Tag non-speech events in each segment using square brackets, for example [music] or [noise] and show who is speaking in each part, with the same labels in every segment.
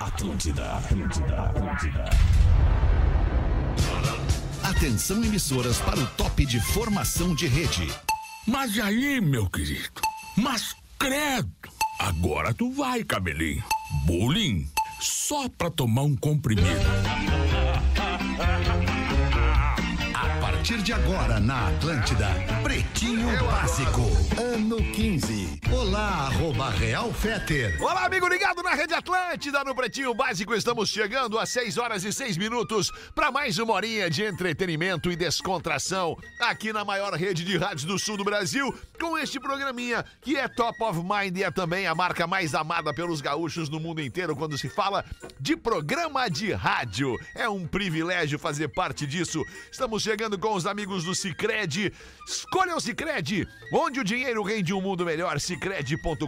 Speaker 1: Atlântida, Atlântida, Atlântida.
Speaker 2: Atenção emissoras para o top de formação de rede.
Speaker 3: Mas aí, meu querido, mas credo, agora tu vai, cabelinho. Bullying, só pra tomar um comprimido.
Speaker 2: A partir de agora na Atlântida, Pretinho Básico, ano 15. Olá, arroba Real Feter.
Speaker 4: Olá, amigo ligado na Rede Atlântida, no Pretinho Básico. Estamos chegando às 6 horas e 6 minutos para mais uma horinha de entretenimento e descontração aqui na maior rede de rádios do sul do Brasil, com este programinha que é top of mind e é também a marca mais amada pelos gaúchos no mundo inteiro quando se fala de programa de rádio. É um privilégio fazer parte disso. Estamos chegando com os amigos do Cicred. Escolha o Cicred, onde o dinheiro rende um mundo melhor. Cicred.com.br,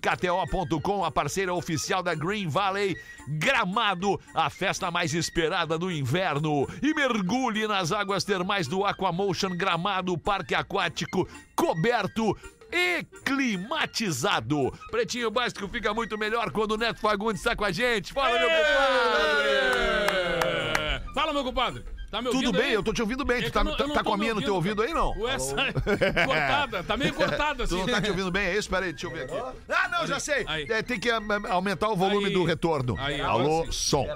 Speaker 4: KTO.com, a parceira oficial da Green Valley. Gramado, a festa mais esperada do inverno. E mergulhe nas águas termais do Aquamotion Gramado, parque aquático coberto e climatizado. Pretinho Básico fica muito melhor quando o Neto Fagundes está com a gente. Fala, meu compadre!
Speaker 3: Fala, meu compadre. Tá me
Speaker 4: Tudo
Speaker 3: ouvindo
Speaker 4: bem?
Speaker 3: aí?
Speaker 4: Eu tô te ouvindo bem.
Speaker 3: É
Speaker 4: Tu
Speaker 3: que
Speaker 4: tá,
Speaker 3: eu não- eu
Speaker 4: tá,
Speaker 3: não
Speaker 4: tá
Speaker 3: tô
Speaker 4: com a
Speaker 3: me
Speaker 4: minha no teu ouvido aí, não?
Speaker 3: Ué, sai. cortada, tá meio cortada
Speaker 4: Tu
Speaker 3: assim.
Speaker 4: não tá te ouvindo bem, é isso? Pera aí, deixa eu ver aqui. Ah, não, já sei.
Speaker 3: Aí.
Speaker 4: É, tem que ah, aumentar o volume
Speaker 3: Aí.
Speaker 4: do retorno.
Speaker 3: Aí, agora
Speaker 4: Alô,
Speaker 3: sim.
Speaker 4: som.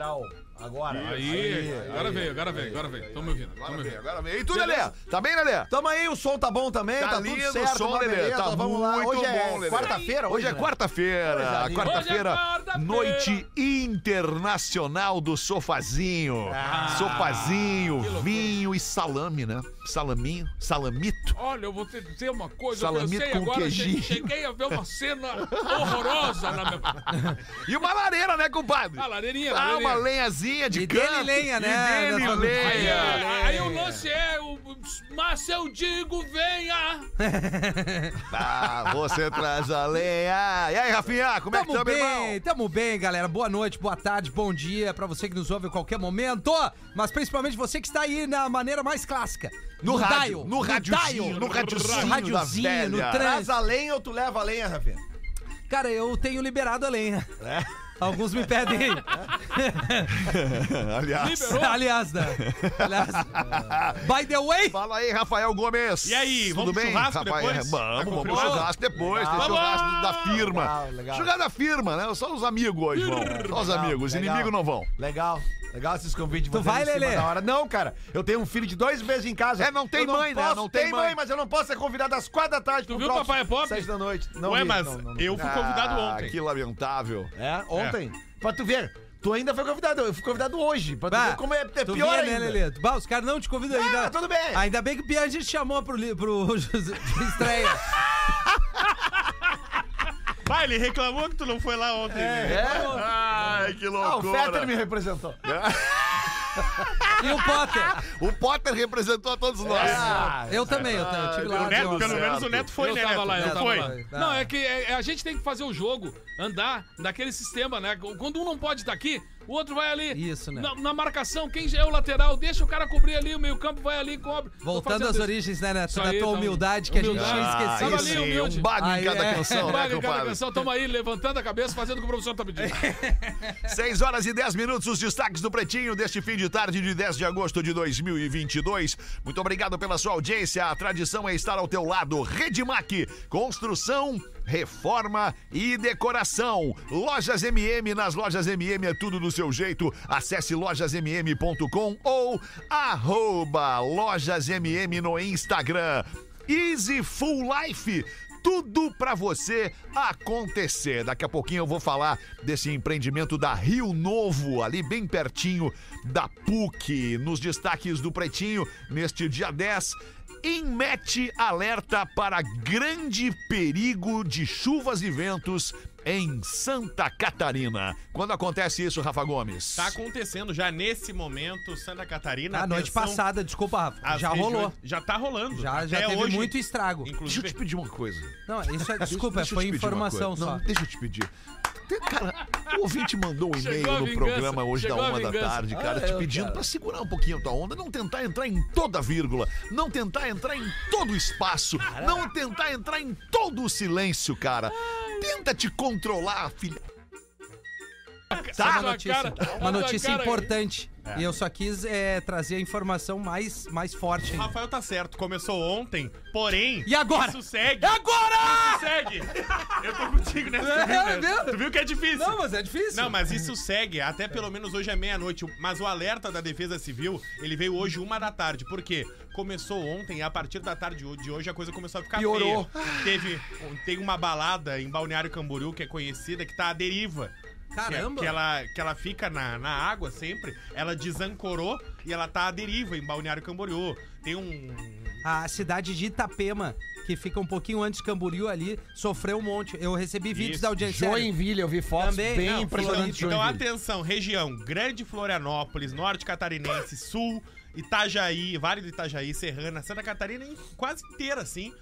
Speaker 5: Agora.
Speaker 3: Aí, agora veio, agora veio, agora veio. Tamo ouvindo, tamo
Speaker 4: Agora vem,
Speaker 3: ouvindo.
Speaker 4: agora vem. E tu, Lelê? Tá bem, Lelê?
Speaker 5: Tamo aí, o som tá bom também,
Speaker 4: Tá
Speaker 5: tá,
Speaker 4: lindo o
Speaker 5: tudo certo,
Speaker 4: som,
Speaker 5: uma
Speaker 4: Lelê,
Speaker 5: beleza,
Speaker 4: tá
Speaker 5: vamos lá.
Speaker 4: muito
Speaker 5: Hoje
Speaker 4: bom, Lelê.
Speaker 5: é quarta-feira
Speaker 4: Hoje é
Speaker 5: né?
Speaker 4: quarta-feira,
Speaker 5: Coisa linda.
Speaker 4: quarta-feira,
Speaker 3: Hoje é quarta-feira.
Speaker 4: noite internacional do sofazinho. sofazinho,
Speaker 3: loucura.
Speaker 4: vinho e salame, né? Salaminho, salamito.
Speaker 3: Olha, eu vou te dizer uma coisa,
Speaker 4: Salamito
Speaker 3: eu pensei
Speaker 4: com
Speaker 3: agora,
Speaker 4: queijinho.
Speaker 3: che- cheguei a ver uma cena horrorosa na
Speaker 4: [laughs]
Speaker 3: minha...
Speaker 4: E uma lareira, né, compadre?
Speaker 3: Ah, lareirinha,
Speaker 4: Ah, uma
Speaker 3: lareirinha.
Speaker 4: lenhazinha de
Speaker 5: E
Speaker 4: canto.
Speaker 5: dele lenha, né?
Speaker 4: E dele
Speaker 5: Neto?
Speaker 3: Aí,
Speaker 4: lenha.
Speaker 3: é, aí o lance é, o- mas eu digo, venha!
Speaker 4: Ah, você traz a lenha. E aí, Rafinha, como é que
Speaker 5: Tamo
Speaker 4: tá, meu
Speaker 5: bem,
Speaker 4: irmão?
Speaker 5: tamo bem, galera. Boa noite, boa tarde, bom dia pra você que nos ouve a qualquer momento. Mas principalmente você que está aí na maneira mais clássica.
Speaker 4: No rádio,
Speaker 5: dial,
Speaker 4: no radiozinho,
Speaker 5: dial,
Speaker 4: no radiozinho da velha.
Speaker 5: no
Speaker 4: Traz
Speaker 5: trânsito.
Speaker 6: a lenha ou tu leva a lenha, Rafinha?
Speaker 5: Cara, eu tenho liberado a lenha. Alguns me pedem.
Speaker 4: Aliás.
Speaker 3: Liberou?
Speaker 5: Aliás, né? Aliás. By the way,
Speaker 4: Fala aí, Rafael Gomes.
Speaker 7: E aí,
Speaker 4: Tudo
Speaker 7: vamos pro
Speaker 4: bem, É,
Speaker 7: churrasco depois?
Speaker 4: Vamos,
Speaker 7: Tá
Speaker 4: vamos pro
Speaker 7: confirmado?
Speaker 4: churrasco depois. Tem
Speaker 7: Legal.
Speaker 4: churrasco da firma.
Speaker 6: Legal, legal.
Speaker 4: Churrasco da firma, né? Só os amigos hoje vão. Só os
Speaker 6: Legal,
Speaker 4: Tá, amigos. Os
Speaker 6: legal.
Speaker 4: inimigos não vão.
Speaker 6: Legal. Legal esses convites de
Speaker 5: Tu
Speaker 6: vocês
Speaker 5: vai,
Speaker 6: em cima
Speaker 5: Lelê?
Speaker 6: da hora. Não, cara. Eu tenho um filho de dois meses em casa.
Speaker 4: É, não tem
Speaker 6: Eu
Speaker 4: mãe, né?
Speaker 6: posso-
Speaker 4: Não tem
Speaker 6: tem mãe.
Speaker 4: mãe.
Speaker 6: mas eu não posso ser convidado às quatro da tarde.
Speaker 3: Tu viu o Papai é Pop?
Speaker 6: Sete da noite. Não
Speaker 7: Ué,
Speaker 6: vi,
Speaker 7: mas
Speaker 6: não, não, não.
Speaker 7: eu fui convidado
Speaker 4: Ah,
Speaker 7: ontem.
Speaker 4: Que lamentável.
Speaker 6: É, ontem. Pra tu ver. Tu ainda foi convidado. Eu fui convidado hoje. Pra tu
Speaker 5: Bah,
Speaker 6: ver como é, é
Speaker 5: tu
Speaker 6: pior
Speaker 5: vê,
Speaker 6: ainda.
Speaker 5: né, Lelê? Bah, os caras não te convidam ainda.
Speaker 6: mas tudo bem.
Speaker 5: Ainda bem que o Pia a gente chamou pro, li- pro [laughs] estreia.
Speaker 7: Vai, ele reclamou que tu não foi lá ontem.
Speaker 5: É,
Speaker 7: né?
Speaker 4: Ai, que
Speaker 6: Ah, o Fetter me
Speaker 4: loucura.
Speaker 6: representou.
Speaker 5: E o Potter?
Speaker 4: O Potter representou a todos nós.
Speaker 6: Ah,
Speaker 5: Eu também, eu, eu tive lá.
Speaker 7: O
Speaker 5: de
Speaker 7: Neto,
Speaker 5: ontem.
Speaker 7: pelo menos
Speaker 4: certo.
Speaker 7: o Neto foi,
Speaker 3: eu
Speaker 7: né,
Speaker 3: tava
Speaker 7: Neto?
Speaker 3: lá, eu
Speaker 7: Tu
Speaker 3: tava
Speaker 7: foi.
Speaker 3: lá. Não, é que é- é a gente tem que fazer o jogo andar naquele sistema, né? Quando um não pode estar aqui, o outro vai ali.
Speaker 5: Isso, né?
Speaker 3: Na, na marcação, quem já é o lateral, deixa o cara cobrir ali, o meio-campo vai ali e cobre. Tô
Speaker 5: Voltando
Speaker 3: fazendo
Speaker 5: às
Speaker 3: isso.
Speaker 5: origens, né, Neto?
Speaker 3: Isso
Speaker 5: Da
Speaker 3: aí,
Speaker 5: tua
Speaker 3: tá-
Speaker 5: humildade que a gente
Speaker 3: humildade.
Speaker 5: tinha
Speaker 4: Ah,
Speaker 5: esquecido.
Speaker 3: Tava ali,
Speaker 4: esse é
Speaker 3: humilde.
Speaker 4: um bago em
Speaker 5: Aí,
Speaker 4: cada
Speaker 5: é.
Speaker 4: canção, né,
Speaker 3: Vai, cada
Speaker 4: compadre?
Speaker 3: canção, tamo aí, levantando a cabeça, fazendo o que o professor tá pedindo.
Speaker 4: 6 horas e 10 minutos, os destaques do Pretinho deste fim de tarde de 10 de agosto de 2022. Muito obrigado pela sua audiência. A tradição é estar ao teu lado. Redmac, construção, reforma e decoração. Lojas MM, nas lojas MM é tudo do seu jeito. Acesse lojasmm.com ou arroba lojasmm no Instagram. Easy Full Life tudo pra você acontecer. Daqui a pouquinho eu vou falar desse empreendimento da Rio Novo, ali bem pertinho da PUC, nos destaques do Pretinho neste dia 10. Inmet alerta para grande perigo de chuvas e ventos em Santa Catarina. Quando acontece isso, Rafa Gomes?
Speaker 7: Tá acontecendo já nesse momento, Santa Catarina.
Speaker 5: A Tá, noite
Speaker 7: atenção, Ah,
Speaker 5: passada, desculpa, Rafa.
Speaker 7: as
Speaker 5: Já
Speaker 7: regiões-
Speaker 5: rolou.
Speaker 7: Já tá rolando.
Speaker 5: Já, já
Speaker 7: Até
Speaker 5: teve
Speaker 7: hoje,
Speaker 5: muito estrago.
Speaker 4: Deixa eu
Speaker 7: Inclusive,
Speaker 4: te pedir uma coisa.
Speaker 5: Não, isso é, desculpa,
Speaker 4: Deixa eu
Speaker 5: foi
Speaker 4: te pedir uma
Speaker 5: informação
Speaker 4: coisa.
Speaker 5: só.
Speaker 4: Não, deixa eu te pedir. Tem- Cara, o ouvinte mandou um
Speaker 3: Chegou
Speaker 4: e-mail
Speaker 3: a
Speaker 4: no
Speaker 3: vingança,
Speaker 4: programa hoje da
Speaker 3: chegou a
Speaker 4: uma da
Speaker 3: vingança.
Speaker 4: tarde,
Speaker 5: Ah,
Speaker 4: cara,
Speaker 5: é
Speaker 4: te pedindo pra segurar um pouquinho a tua onda, não tentar entrar em toda vírgula, não tentar entrar em todo o espaço, não tentar entrar em todo o silêncio, cara. Tenta te controlar, filha.
Speaker 5: Só uma
Speaker 3: Sua
Speaker 5: notícia,
Speaker 3: cara.
Speaker 5: uma
Speaker 3: Sua
Speaker 5: notícia
Speaker 3: cara aí.
Speaker 5: importante. E eu só quis é, trazer a informação mais, mais forte.
Speaker 7: O
Speaker 5: ainda.
Speaker 7: Rafael tá certo, começou ontem, porém.
Speaker 5: E agora?
Speaker 7: Isso segue.
Speaker 5: É agora!
Speaker 7: Segue! Eu tô contigo nessa.
Speaker 5: É,
Speaker 7: tu viu, né?
Speaker 5: viu?
Speaker 7: Tu viu que é difícil?
Speaker 5: Não, mas é difícil.
Speaker 7: Não, mas isso segue até pelo menos hoje é meia-noite. Mas o alerta da Defesa Civil, ele veio hoje uma da tarde. Por quê? Começou ontem e a partir da tarde de hoje a coisa começou a ficar
Speaker 5: Piorou.
Speaker 7: feia. Teve, um, tem uma balada em Balneário Camboriú que é conhecida, que tá à deriva.
Speaker 5: Caramba.
Speaker 7: Que, que ela, que ela fica na, na água sempre. Ela desancorou e ela tá à deriva em Balneário Camboriú. Tem um...
Speaker 5: A cidade de Itapema, que fica um pouquinho antes de Camboriú ali, sofreu um monte. Eu recebi vídeos
Speaker 7: Isso.
Speaker 5: da audiência.
Speaker 6: Joinville, eu vi fotos
Speaker 5: Também,
Speaker 6: bem
Speaker 5: não,
Speaker 6: impressionantes de
Speaker 7: Então,
Speaker 6: Joinville.
Speaker 7: atenção, região Grande Florianópolis, Norte Catarinense, Sul, Itajaí, Vale do Itajaí, Serrana, Santa Catarina, em- quase inteira, assim.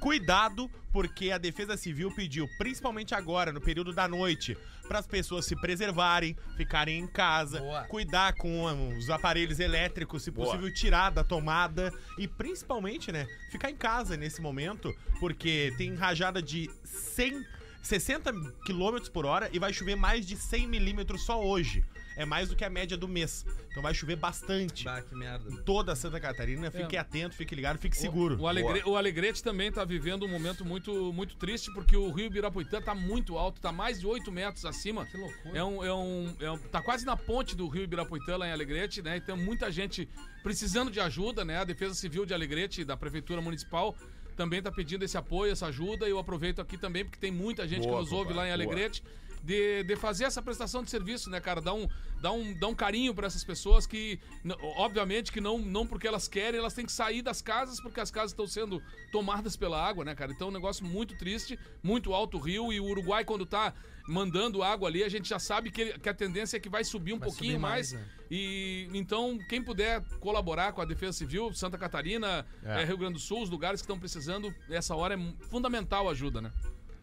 Speaker 7: Cuidado, porque a Defesa Civil pediu, principalmente agora, no período da noite, para as pessoas se preservarem, ficarem em casa,
Speaker 5: Boa.
Speaker 7: cuidar com ah, os aparelhos elétricos, se possível, tirar da tomada e principalmente, né, ficar em casa nesse momento, porque tem rajada de 100, 60 km por hora e vai chover mais de 100 milímetros só hoje. É mais do que a média do mês. Então vai chover bastante.
Speaker 5: Bah, que merda.
Speaker 7: Toda Santa Catarina, fique atento, fique ligado, fique seguro.
Speaker 8: É. O, Alegre- o Alegrete também tá vivendo um momento muito, muito triste, porque o rio Ibirapuitã tá muito alto, tá mais de 8 metros acima. Que loucura. É um, é um, é um- tá quase na ponte do rio Ibirapuitã, lá em Alegrete, né? E tem muita gente precisando de ajuda, né? A Defesa Civil de Alegrete, da Prefeitura Municipal, também tá pedindo esse apoio, essa ajuda. E eu aproveito aqui também, porque tem muita gente que nos ouve lá em Alegrete. De, de fazer essa prestação de serviço, né, cara? Dá um, dá um, dá um carinho pra essas pessoas que, n- obviamente, que não, não porque elas querem, elas têm que sair das casas porque as casas estão sendo tomadas pela água, né, cara? Então é um negócio muito triste, muito alto o rio e o Uruguai, quando tá mandando água ali, a gente já sabe que, ele- que a tendência é que vai subir um pouquinho
Speaker 5: subir mais,
Speaker 8: mais.
Speaker 5: né?
Speaker 8: E então, quem puder colaborar com a Defesa Civil, Santa Catarina, eh, Rio Grande do Sul, os lugares que estão precisando, essa hora é fundamental a ajuda, né?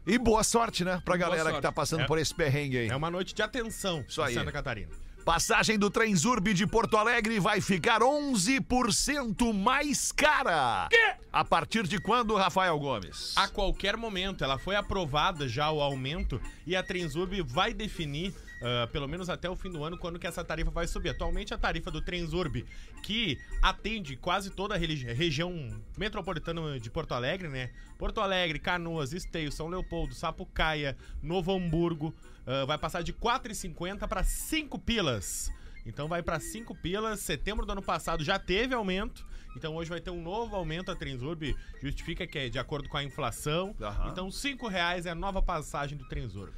Speaker 4: E boa sorte, né? Pra galera que
Speaker 8: sorte.
Speaker 4: tá passando por esse perrengue aí.
Speaker 7: É uma noite de atenção
Speaker 4: Isso
Speaker 7: em
Speaker 4: aí.
Speaker 7: Santa Catarina.
Speaker 4: Passagem do Transurb de Porto Alegre vai ficar 11% mais cara. A partir de quando, Rafael Gomes?
Speaker 7: a qualquer momento. Ela foi aprovada já o aumento e a Transurb vai definir, ah, pelo menos até o fim do ano, quando que essa tarifa vai subir. Atualmente a tarifa do Transurb, que atende quase toda a religi- região metropolitana de Porto Alegre, né? Porto Alegre, Canoas, Esteio, São Leopoldo, Sapucaia, Novo Hamburgo, ah, vai passar de 4,50 para 5 pilas. Então vai para 5 pilas. Setembro do ano passado já teve aumento. Então hoje vai ter um novo aumento. A Transurb justifica que é de acordo com a inflação.
Speaker 4: Aham.
Speaker 7: Então 5 reais é a nova passagem do Transurb.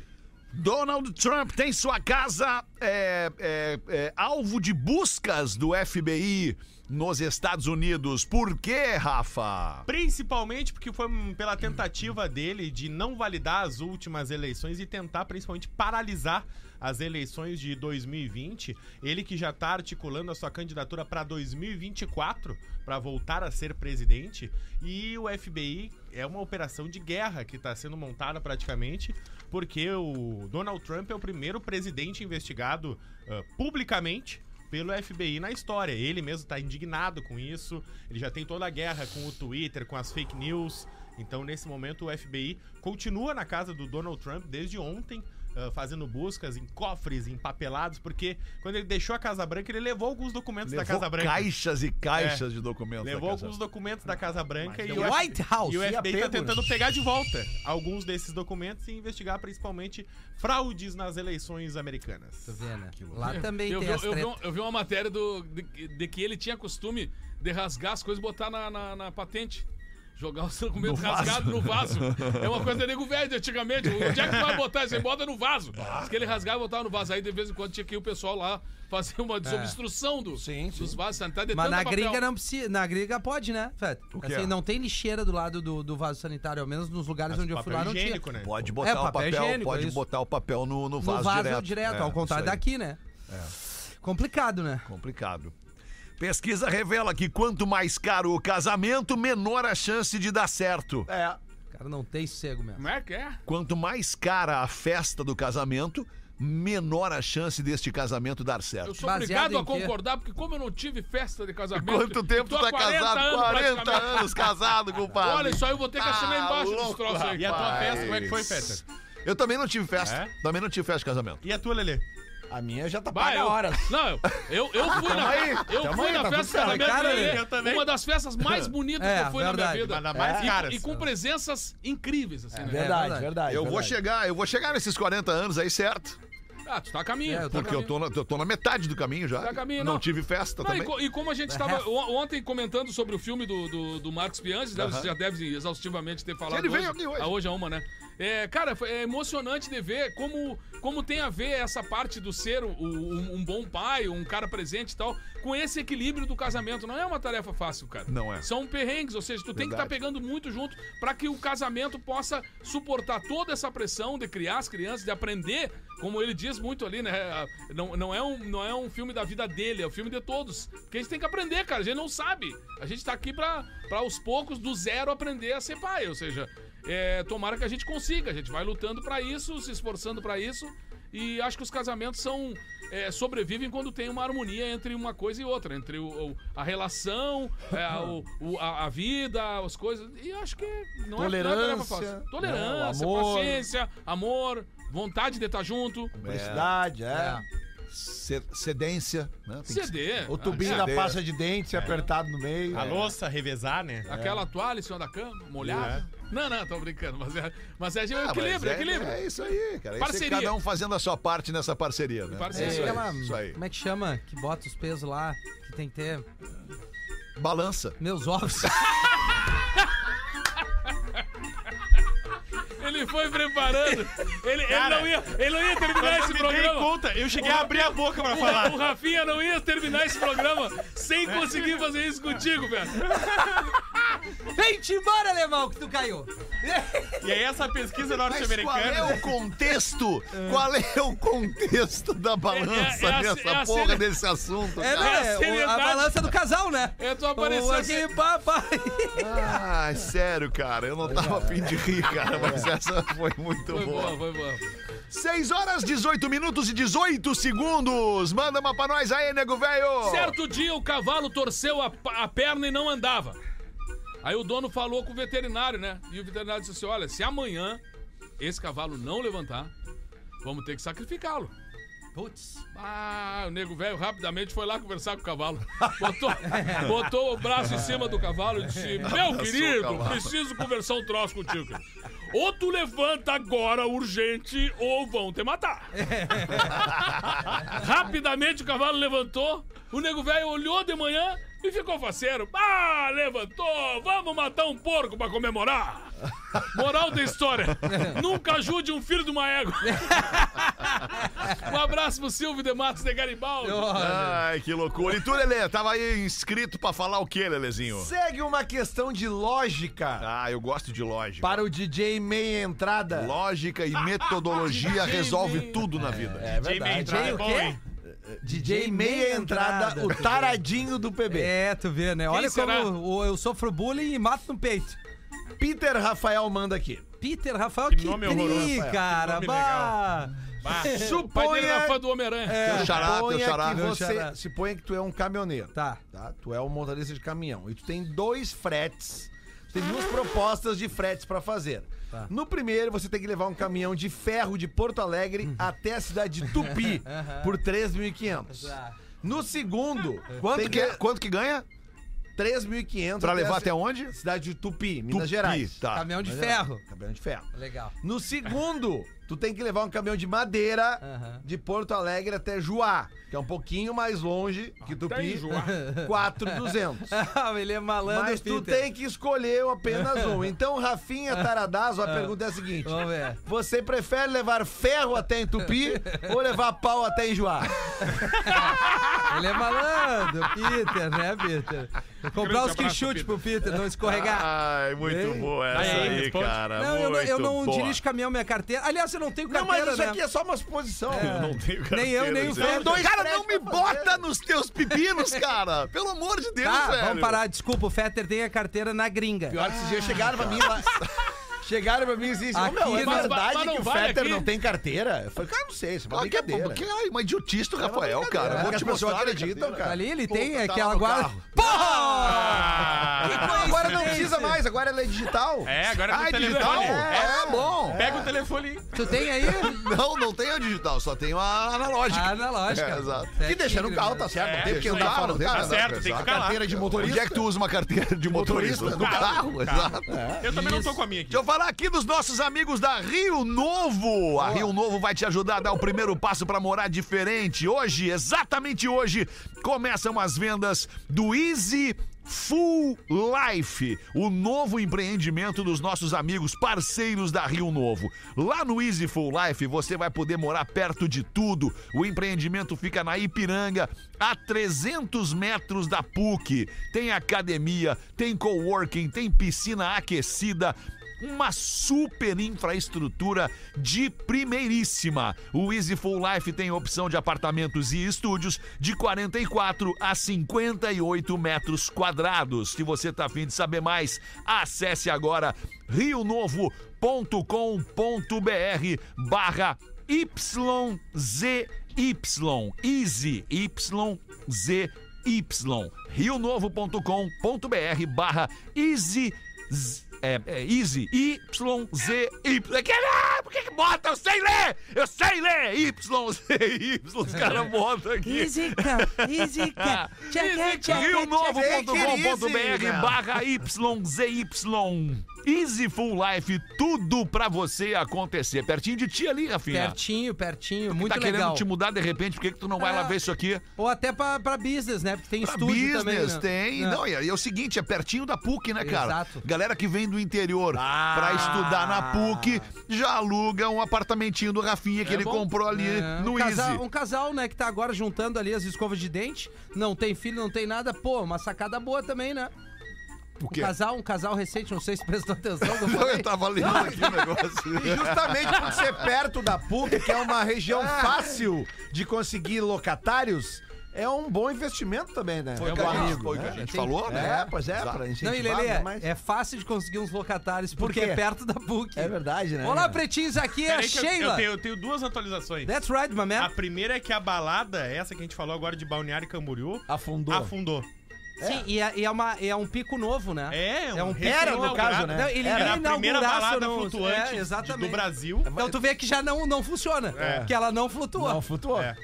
Speaker 4: Donald Trump tem sua casa é, é, é, alvo de buscas do FBI nos Estados Unidos. Por quê, Rafa?
Speaker 7: Principalmente porque foi hum, pela tentativa dele de não validar as últimas eleições e tentar principalmente paralisar as eleições de 2020. Ele que já tá articulando a sua candidatura para 2024, para voltar a ser presidente. E o FBI é uma operação de guerra que está sendo montada praticamente, porque o Donald Trump é o primeiro presidente investigado ah, publicamente pelo FBI na história. Ele mesmo tá indignado com isso. Ele já tem toda a guerra com o Twitter, com as fake news. Então, nesse momento, o FBI continua na casa do Donald Trump desde ontem, ah, fazendo buscas em cofres, em papelados, porque quando ele deixou a Casa Branca, ele levou alguns documentos da Casa Branca.
Speaker 4: caixas e caixas de documentos
Speaker 7: Levou
Speaker 4: da Casa
Speaker 7: alguns documentos da Casa Branca e
Speaker 5: The
Speaker 7: o, F-
Speaker 5: é White House.
Speaker 7: e o
Speaker 5: E a
Speaker 7: FBI tá
Speaker 5: pego,
Speaker 7: tentando pegar de volta alguns desses documentos e investigar principalmente fraudes nas eleições americanas.
Speaker 5: Tu vê, né? Lá também
Speaker 8: Eu
Speaker 5: tem
Speaker 8: vi,
Speaker 5: as
Speaker 8: eu vi
Speaker 5: treta.
Speaker 8: um- eu vi uma matéria do, de, de que ele tinha costume de rasgar as coisas e botar na, na- na patente. Jogar os documentos rasgados no vaso. É uma coisa de nego velho de antigamente. Onde é que tu vai botar isso? aí? Bota no vaso. Diz que ele rasgava e botava no vaso. Aí de vez em quando tinha que ir o pessoal lá fazer uma desobstrução do, dos vasos sanitários. de
Speaker 5: Mas
Speaker 8: tanto
Speaker 5: na
Speaker 8: papel.
Speaker 5: gringa não precisa. Na gringa pode, né, Feta?
Speaker 4: que é?
Speaker 5: não tem lixeira do lado do, do vaso sanitário, ao menos nos lugares onde eu fui lá não tinha.
Speaker 7: né?
Speaker 4: Pode botar
Speaker 5: É,
Speaker 4: o
Speaker 5: papel
Speaker 4: papel,
Speaker 5: higiênico,
Speaker 4: pode
Speaker 5: isso.
Speaker 4: botar o papel no, no
Speaker 5: No
Speaker 4: vaso, direto. É,
Speaker 5: ao contrário
Speaker 4: isso aí. É.
Speaker 5: daqui, né? Complicado, né?
Speaker 4: Complicado. Pesquisa revela que quanto mais caro o casamento, menor a chance de dar certo.
Speaker 5: O cara não tem sossego mesmo.
Speaker 8: Como é que é?
Speaker 4: Quanto mais cara a festa do casamento, menor a chance deste casamento dar
Speaker 8: Eu
Speaker 4: certo.
Speaker 8: sou
Speaker 5: Baseado
Speaker 8: obrigado
Speaker 5: em
Speaker 8: a
Speaker 5: quê?
Speaker 8: concordar, porque como eu não tive festa de casamento...
Speaker 4: Quanto tempo
Speaker 8: tô
Speaker 4: tu
Speaker 8: há
Speaker 4: tá casado?
Speaker 8: praticamente.
Speaker 4: 40
Speaker 8: [laughs]
Speaker 4: anos casado, compadre.
Speaker 8: Olha, isso aí eu vou ter que assinar
Speaker 4: Tá
Speaker 8: embaixo dos
Speaker 4: louco,
Speaker 8: troços aí.
Speaker 7: E a tua
Speaker 4: Rapaz.
Speaker 7: festa, como é que foi, Peter?
Speaker 4: Eu também não tive festa.
Speaker 7: É?
Speaker 4: Também não tive festa de casamento.
Speaker 7: E a tua, Lelê?
Speaker 6: A minha já tá
Speaker 8: Bah,
Speaker 6: paga
Speaker 8: eu-
Speaker 6: horas.
Speaker 8: Não, eu, eu, eu fui na,
Speaker 6: aí,
Speaker 8: eu
Speaker 6: tamo
Speaker 8: fui
Speaker 6: aí,
Speaker 8: na
Speaker 6: tá tudo
Speaker 8: festa da
Speaker 6: certo.
Speaker 8: minha
Speaker 5: Cara,
Speaker 8: vida.
Speaker 7: eu também.
Speaker 8: Uma das festas mais bonitas
Speaker 5: É,
Speaker 8: que eu fui na
Speaker 5: verdade.
Speaker 8: minha vida.
Speaker 7: Mas da mais
Speaker 8: E-
Speaker 7: caras.
Speaker 8: E, com presenças incríveis, assim, né?
Speaker 6: Verdade,
Speaker 5: É, verdade.
Speaker 6: verdade.
Speaker 4: Eu vou
Speaker 6: verdade.
Speaker 4: chegar, eu vou chegar nesses 40 anos aí, certo?
Speaker 8: Ah, tu tá a caminho.
Speaker 5: É, eu tô a
Speaker 4: Porque eu tô na, eu tô na metade do caminho já.
Speaker 8: Tá a caminho,
Speaker 4: não.
Speaker 8: não.
Speaker 4: tive festa
Speaker 8: Não, e,
Speaker 4: também. Né?
Speaker 8: co- e como a gente estava on- ontem comentando sobre o filme do, do, do Marcos Pianzi, né? você já deve exaustivamente ter falado
Speaker 4: Ele
Speaker 8: hoje.
Speaker 4: veio aqui hoje.
Speaker 8: Ah, hoje é uma, né? É, cara, foi- é emocionante de ver como, como tem a ver essa parte do ser o- o- um, um bom pai, um cara presente e tal, com esse equilíbrio do casamento. Não é uma tarefa fácil, cara.
Speaker 4: Não é.
Speaker 8: São perrengues, ou seja, tu tem que estar
Speaker 4: Verdade.
Speaker 8: pegando muito junto para que o casamento possa suportar toda essa pressão de criar as crianças, de aprender, como ele diz muito ali, né? a- Não, não, é um, não é um filme da vida dele, é um filme de todos. Porque a gente tem que aprender, cara, a gente não sabe. A gente tá aqui pra, pra aos poucos, do zero, aprender a ser pai, ou seja, é, tomara que a gente consiga, a gente vai lutando para isso, se esforçando para isso. E acho que os casamentos são é, sobrevivem quando tem uma harmonia entre uma coisa e outra, entre o, o- a relação, é,
Speaker 6: [laughs]
Speaker 8: o- o- a, a vida, as coisas. E acho que não é- não é tarefa fácil.
Speaker 6: Tolerância.
Speaker 8: Tolerância,
Speaker 6: Não, amor. né?
Speaker 8: paciência, amor, vontade de estar junto.
Speaker 6: Felicidade, é.
Speaker 4: Ce- Cedência, né? Tem que-
Speaker 8: CD.
Speaker 6: O tubinho
Speaker 8: é,
Speaker 6: da pasta de dente apertado no meio. É.
Speaker 7: A louça, revezar, né?
Speaker 8: Aquela toalha em cima da cama, molhada. Não, não, tô brincando, mas é, mas é de um
Speaker 4: Ah, mas
Speaker 8: equilíbrio,
Speaker 4: é,
Speaker 8: equilíbrio.
Speaker 2: né?
Speaker 4: É isso aí, cara. Isso é
Speaker 8: Parceria.
Speaker 4: cada um fazendo a sua parte nessa parceria, né?
Speaker 8: Parceria.
Speaker 5: É
Speaker 4: isso aí,
Speaker 5: aquela.
Speaker 4: isso aí.
Speaker 5: Como é que chama? Que bota os pesos lá, que tem que ter.
Speaker 4: É. Balança.
Speaker 5: Meus ovos. [laughs]
Speaker 8: Ele foi preparando. Ele, ele
Speaker 7: Cara,
Speaker 8: não ia, ele não ia terminar
Speaker 7: Eu
Speaker 8: esse
Speaker 7: me dei
Speaker 8: programa.
Speaker 7: conta, eu cheguei a abrir a boca pra
Speaker 8: O- [laughs]
Speaker 7: falar.
Speaker 8: O Rafinha não ia terminar esse programa sem conseguir fazer isso contigo, velho.
Speaker 5: Vem te embora, alemão, que tu caiu.
Speaker 7: E aí essa pesquisa
Speaker 4: Mas qual é
Speaker 7: norte-americana...
Speaker 8: [laughs]
Speaker 4: o contexto? qual é o contexto da balança
Speaker 8: É- é- é a-
Speaker 4: nessa
Speaker 8: é a
Speaker 4: porra
Speaker 8: cena-
Speaker 4: desse assunto?
Speaker 5: É,
Speaker 4: cara?
Speaker 5: né? O- a
Speaker 8: seriedade.
Speaker 5: balança do casal, né?
Speaker 8: É tu
Speaker 5: O
Speaker 8: aparecer
Speaker 5: aqui,
Speaker 8: assim.
Speaker 5: papai.
Speaker 4: Ah, sério, cara. Eu não tava afim de rir, cara, mas essa foi muito
Speaker 8: Foi
Speaker 4: boa.
Speaker 8: boa, foi boa.
Speaker 4: 6 horas, 18 minutos e 18 segundos. Manda uma pra nós aí, nego velho.
Speaker 8: Certo dia o cavalo torceu a, pa- a perna e não andava. Aí o dono falou com o veterinário, né? E o veterinário disse assim: olha, se amanhã esse cavalo não levantar, vamos ter que sacrificá-lo.
Speaker 5: Putz.
Speaker 8: Ah, o nego velho rapidamente foi lá conversar com o cavalo. Botou, [laughs] botou o braço em cima do cavalo e disse: Meu querido,
Speaker 4: cavalo."
Speaker 8: preciso conversar um troço contigo. Ou tu levanta agora urgente, ou vão te matar. Rapidamente o cavalo levantou, o nego velho olhou de manhã e ficou faceiro. Ah, levantou, vamos matar um porco pra comemorar. Moral da
Speaker 6: [laughs]
Speaker 8: história: nunca ajude um filho de uma égua. Um abraço pro Silvio de Matos de Garibaldi.
Speaker 4: Ai, que loucura. E tu, Lelê, tava aí inscrito pra falar o quê, Lelezinho?
Speaker 6: Segue uma questão de lógica
Speaker 4: Ah, eu gosto de lógica.
Speaker 6: para o DJ meia entrada.
Speaker 4: Lógica e metodologia resolve tudo na vida.
Speaker 6: É verdade.
Speaker 7: Entrada é
Speaker 5: o
Speaker 7: bom,
Speaker 5: quê?
Speaker 7: hein?
Speaker 6: DJ meia entrada, o taradinho do PB.
Speaker 5: É, tu vê, né? Olha
Speaker 8: será?
Speaker 5: como o- eu sofro bullying e mato no peito.
Speaker 6: Peter Rafael manda aqui.
Speaker 5: Peter Rafael, que,
Speaker 7: Que nome
Speaker 5: tri,
Speaker 7: horroroso, Rafael.
Speaker 5: cara.
Speaker 7: Que nome
Speaker 5: bah. [laughs]
Speaker 7: Bah,
Speaker 8: Pai dele
Speaker 6: Suponha,
Speaker 8: era fã do Homem-Aranha.
Speaker 6: É.
Speaker 4: Teu xará, teu
Speaker 6: suponha
Speaker 4: xará.
Speaker 6: que
Speaker 5: Meu
Speaker 6: você
Speaker 5: xará.
Speaker 6: se põe que tu é um caminhoneiro.
Speaker 5: Tá.
Speaker 6: tá? Tu é um motorista de caminhão e tu tem dois fretes. Tu tem duas propostas de fretes pra fazer.
Speaker 5: Tá.
Speaker 6: No primeiro, você tem que levar um caminhão de ferro de Porto Alegre
Speaker 5: Uhum.
Speaker 6: até a cidade de
Speaker 5: [laughs]
Speaker 6: Tupi por 3.500.
Speaker 5: Tá.
Speaker 6: No segundo, é?
Speaker 4: Quanto
Speaker 6: tem
Speaker 4: que, quanto que ganha?
Speaker 6: 3.500
Speaker 4: Pra levar até
Speaker 6: a
Speaker 4: onde?
Speaker 6: ci- é cidade de Tupi, Minas
Speaker 4: Tupi,
Speaker 6: Gerais.
Speaker 4: Tá.
Speaker 5: Caminhão de
Speaker 6: Minas
Speaker 5: ferro.
Speaker 6: Gerais, Caminhão de ferro.
Speaker 5: Legal.
Speaker 6: um- No segundo, tu tem que levar um caminhão de madeira
Speaker 5: Aham.
Speaker 6: de Porto Alegre até Juá, que é um pouquinho mais longe que Tupi. [laughs] 4,200.
Speaker 5: [laughs] Ele é malandro,
Speaker 6: Mas tu
Speaker 5: Peter.
Speaker 6: tem que escolher apenas um. Então, Rafinha [laughs] Taradazo, a pergunta é a seguinte:
Speaker 5: Vamos ver.
Speaker 6: Você prefere levar ferro até em [laughs] Tupi ou levar pau até em Juá?
Speaker 5: Ele é malandro, Peter, né, Peter? Comprar os que chute pro Peter, não escorregar.
Speaker 4: Ai, muito
Speaker 5: Bem.
Speaker 4: boa essa
Speaker 7: Aí,
Speaker 4: aí,
Speaker 7: responde.
Speaker 4: cara.
Speaker 5: não, eu não, eu
Speaker 4: Ah, muito
Speaker 5: não
Speaker 4: boa.
Speaker 5: dirijo caminhão minha carteira. Aliás, eu não tenho
Speaker 6: Não,
Speaker 5: carteira,
Speaker 6: mas isso
Speaker 5: né?
Speaker 6: aqui é só uma suposição.
Speaker 4: Eu não tenho carteira,
Speaker 5: Nem eu, nem o Tá,
Speaker 4: gente.
Speaker 5: Fernando.
Speaker 6: dois
Speaker 4: Cara,
Speaker 6: prédios
Speaker 4: não me
Speaker 6: pra fazer.
Speaker 4: bota nos teus pepinos, cara. Pelo amor de Deus,
Speaker 5: Tá,
Speaker 4: velho.
Speaker 5: vamos parar. Desculpa, o Fetter tem a carteira na gringa.
Speaker 4: Ah. [laughs]
Speaker 6: Pior que esses dias chegaram pra mim lá. Chegaram pra mim e disseram assim, "Ô, meu,
Speaker 5: Aqui
Speaker 6: é
Speaker 5: não-
Speaker 8: mas-
Speaker 6: verdade
Speaker 8: mas não
Speaker 6: que o
Speaker 8: vai
Speaker 6: Fetter
Speaker 8: aqui?"
Speaker 6: não tem carteira? Eu falei, cara, não sei, isso é uma
Speaker 4: Claro que é
Speaker 6: brincadeira.
Speaker 4: bom, que é uma idiotice do Rafael, cara. Vou
Speaker 6: Porque
Speaker 4: te
Speaker 6: as pessoas
Speaker 4: mostrar. né,
Speaker 6: acreditam,
Speaker 4: cara.
Speaker 6: cara.
Speaker 5: Ali ele
Speaker 4: Pô,
Speaker 5: tem
Speaker 4: tá lá
Speaker 5: aquela
Speaker 4: no
Speaker 5: guarda.
Speaker 4: carro.
Speaker 5: Porra!
Speaker 6: Ah, agora não precisa mais, agora ela é digital.
Speaker 7: É, agora é
Speaker 4: Ah,
Speaker 7: no
Speaker 4: é digital?
Speaker 7: telefone.
Speaker 4: É, bom.
Speaker 7: Pega o telefone.
Speaker 5: tá Tu
Speaker 4: [laughs]
Speaker 5: tem aí?
Speaker 4: Não, não tem a digital, só tem a analógica.
Speaker 5: Ah, analógica.
Speaker 4: É, exato.
Speaker 5: Sete
Speaker 6: Que deixa no
Speaker 5: tigres,
Speaker 6: carro,
Speaker 5: né?
Speaker 6: tá certo?
Speaker 7: É,
Speaker 6: não tem porque
Speaker 7: isso
Speaker 6: não
Speaker 7: aí.
Speaker 6: tá falando.
Speaker 4: Tá
Speaker 6: Cara,
Speaker 4: certo,
Speaker 7: certo, tem que ficar lá.
Speaker 6: carteira de
Speaker 4: Onde
Speaker 6: motorista.
Speaker 4: é que tu usa uma carteira de motorista?
Speaker 6: Motorista,
Speaker 4: No carro, exato.
Speaker 6: É.
Speaker 7: Eu também não tô com a minha aqui.
Speaker 4: Deixa eu falar aqui dos nossos amigos da Rio Novo. A Rio Novo vai te ajudar a dar o primeiro passo para morar diferente. Hoje, exatamente hoje, começam as vendas do Easy Full Life, o novo empreendimento dos nossos amigos parceiros da Rio Novo. Lá no Easy Full Life você vai poder morar perto de tudo. O empreendimento fica na Ipiranga, a 300 metros da PUC. Tem academia, tem coworking, tem piscina aquecida uma super infraestrutura de primeiríssima. O Easy Full Life tem opção de apartamentos e estúdios de 44 a 58 metros quadrados. Se você tá afim de saber mais, acesse agora rionovo.com.br barra YZY Easy YZY rionovo.com.br barra Easy Z- é, é Easy, Y, Z, Y. Que, ah, por que que bota? Eu sei ler! Eu sei ler! Y, Z, Y. Os
Speaker 5: [laughs]
Speaker 4: caras botam aqui. Ah,
Speaker 9: Física,
Speaker 4: [laughs]
Speaker 9: física. Tchaca, tchaca,
Speaker 4: RioNovo.com.br barra YZY. Easy Full Life, tudo pra você acontecer. Pertinho de ti ali, Rafinha.
Speaker 5: Pertinho, pertinho, muito
Speaker 4: tá
Speaker 5: legal.
Speaker 4: querendo te mudar de repente, por que, que tu não vai lá
Speaker 5: Ah.
Speaker 4: ver isso aqui?
Speaker 5: Ou até pra, pra business, né? Porque tem
Speaker 4: Pra
Speaker 5: estúdio
Speaker 4: business,
Speaker 5: também. né?
Speaker 4: tem.
Speaker 5: É.
Speaker 4: Não, e aí é o seguinte, é pertinho da PUC, né, cara?
Speaker 5: Exato.
Speaker 4: Galera que vem do interior pra estudar na PUC, já aluga um apartamentinho do Rafinha que ele
Speaker 8: bom.
Speaker 4: comprou ali
Speaker 5: É,
Speaker 4: no
Speaker 5: um,
Speaker 4: Easy. [laughs]
Speaker 5: casal, um casal, né, que tá agora juntando ali as escovas de dente, não tem filho, não tem nada, pô, uma sacada boa também, né?
Speaker 4: O
Speaker 5: Um
Speaker 4: quê?
Speaker 5: casal, um casal recente, não sei se prestou
Speaker 4: [laughs]
Speaker 5: atenção. que eu
Speaker 4: Não,
Speaker 5: falei.
Speaker 4: eu tava lendo aqui o negócio.
Speaker 6: Justamente por ser perto da PUC, que é uma região fácil de conseguir locatários, é um bom investimento também, né?
Speaker 8: Foi
Speaker 6: É
Speaker 8: o que a
Speaker 6: um
Speaker 8: gente-
Speaker 6: amigo,
Speaker 4: Foi o que
Speaker 6: né?
Speaker 4: a gente falou,
Speaker 6: É,
Speaker 4: né?
Speaker 6: pois é, pra
Speaker 5: Não,
Speaker 6: incentivar.
Speaker 5: e Lelê,
Speaker 6: né, mas-
Speaker 5: é fácil de conseguir uns locatários, porque
Speaker 6: quê?
Speaker 5: é perto da PUC.
Speaker 6: É verdade, né?
Speaker 5: Olá, pretinhos, aqui é a
Speaker 7: Peraí que eu- Eu,
Speaker 5: Sheila.
Speaker 7: tenho, eu tenho duas atualizações.
Speaker 5: That's right, my
Speaker 7: A
Speaker 5: man.
Speaker 7: primeira é que a balada, essa que a gente falou agora de Balneário e Camboriú,
Speaker 6: Afundou.
Speaker 7: afundou.
Speaker 5: Sim, e é, e é uma, e é um pico novo, né?
Speaker 7: É,
Speaker 5: É um
Speaker 7: recém
Speaker 6: era, no
Speaker 7: inaugurado.
Speaker 6: caso, né?
Speaker 5: Não, ele
Speaker 7: Era É a
Speaker 5: ia
Speaker 7: primeira
Speaker 5: inaugurar, se eu
Speaker 7: balada
Speaker 5: não-
Speaker 7: flutuante
Speaker 5: É, exatamente.
Speaker 7: do Brasil.
Speaker 5: Então tu vê que já não, não funciona.
Speaker 7: É.
Speaker 5: Que ela não flutua.
Speaker 6: Não, flutuou.
Speaker 7: É.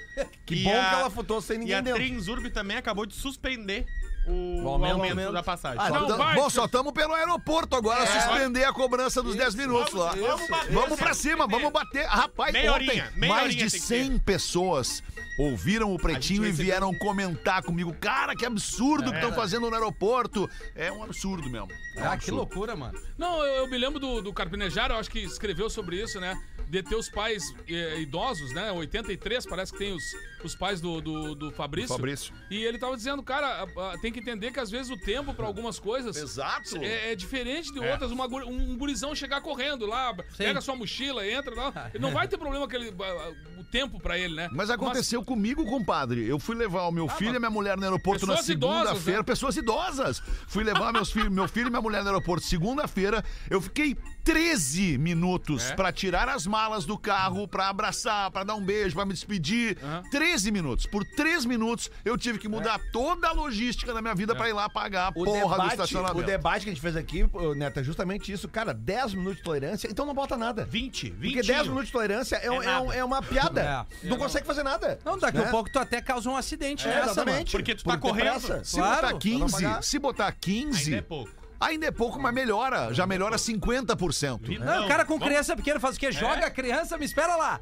Speaker 6: Que
Speaker 7: E
Speaker 6: bom
Speaker 7: a-
Speaker 6: que ela flutuou sem
Speaker 7: E
Speaker 6: ninguém
Speaker 7: a
Speaker 6: dentro.
Speaker 7: Transurb também acabou de suspender o,
Speaker 6: O
Speaker 7: o
Speaker 6: aumento.
Speaker 7: aumento,
Speaker 6: aumento.
Speaker 7: da passagem.
Speaker 4: Só
Speaker 2: Ah,
Speaker 8: não
Speaker 4: tam-
Speaker 8: vai,
Speaker 4: Bom,
Speaker 8: Cris.
Speaker 4: só tamo pelo aeroporto agora, suspender a cobrança dos 10 minutos
Speaker 7: Vamos-
Speaker 4: lá.
Speaker 7: Então, vamos bater,
Speaker 4: vamos pra
Speaker 7: certo?
Speaker 4: cima, vamos bater. Rapaz,
Speaker 7: Meia
Speaker 4: ontem
Speaker 7: horinha, meia
Speaker 4: mais
Speaker 7: horinha
Speaker 4: de
Speaker 7: tem que
Speaker 4: 100 pessoas ouviram o Pretinho
Speaker 7: A
Speaker 4: e
Speaker 7: gente
Speaker 4: vieram comentar comigo. Cara, que absurdo que estão fazendo no aeroporto. É um absurdo mesmo. É um
Speaker 5: Ah, que
Speaker 4: absurdo.
Speaker 5: loucura, mano.
Speaker 8: Não, eu, eu me lembro do, do Carpinejar, eu acho que escreveu sobre isso, né? De ter os pais eh, idosos, né? 83 parece que tem os, os pais do, do, do Fabrício.
Speaker 4: Fabrício.
Speaker 8: E ele tava dizendo, cara, a- a- tem que entender que às vezes o tempo pra algumas coisas
Speaker 4: Exato.
Speaker 8: é, é diferente de outras. Uma guri- um gurizão chegar correndo lá, pega sua mochila, entra lá. Ele não vai ter problema aquele, o tempo pra ele, né?
Speaker 4: Mas aconteceu comigo, compadre. Eu fui levar o meu filho e minha mulher no aeroporto na
Speaker 8: Pessoas idosas,
Speaker 4: segunda-feira.
Speaker 8: né?
Speaker 4: Pessoas idosas. Fui levar meus filhos, meu filho e minha mulher no aeroporto segunda-feira. Eu fiquei 13 minutos pra tirar as malas do carro, pra abraçar, pra dar um beijo, pra me despedir. 13 minutos. Por 3 minutos eu tive que mudar toda a logística da minha vida pra ir lá pagar a
Speaker 6: O
Speaker 4: porra do
Speaker 6: debate,
Speaker 4: estacionamento.
Speaker 6: o debate que a gente fez aqui, ô, Neto, é justamente isso. Cara, 10 minutos de tolerância, então não bota nada.
Speaker 7: 20, 20.
Speaker 6: Porque 10 minutos de tolerância é, um-
Speaker 7: É
Speaker 6: é um-
Speaker 7: nada.
Speaker 6: é uma piada.
Speaker 5: É.
Speaker 6: Não consegue fazer nada.
Speaker 5: Não, daqui
Speaker 6: Né?
Speaker 5: a pouco tu até causa um acidente
Speaker 6: É,
Speaker 5: nessa,
Speaker 6: exatamente.
Speaker 7: Porque tu tá
Speaker 6: Por ter
Speaker 7: correndo.
Speaker 6: pressa.
Speaker 4: Se
Speaker 5: Claro,
Speaker 4: botar
Speaker 6: pra não
Speaker 4: 15,
Speaker 6: pagar.
Speaker 4: se botar 15,
Speaker 7: Ainda
Speaker 4: ainda
Speaker 7: é
Speaker 4: é pouco,
Speaker 7: pouco.
Speaker 4: mas melhora. Já melhora 50%.
Speaker 5: mano. Não, o cara com criança pequena faz o quê?
Speaker 7: É.
Speaker 5: Joga a criança, me espera lá.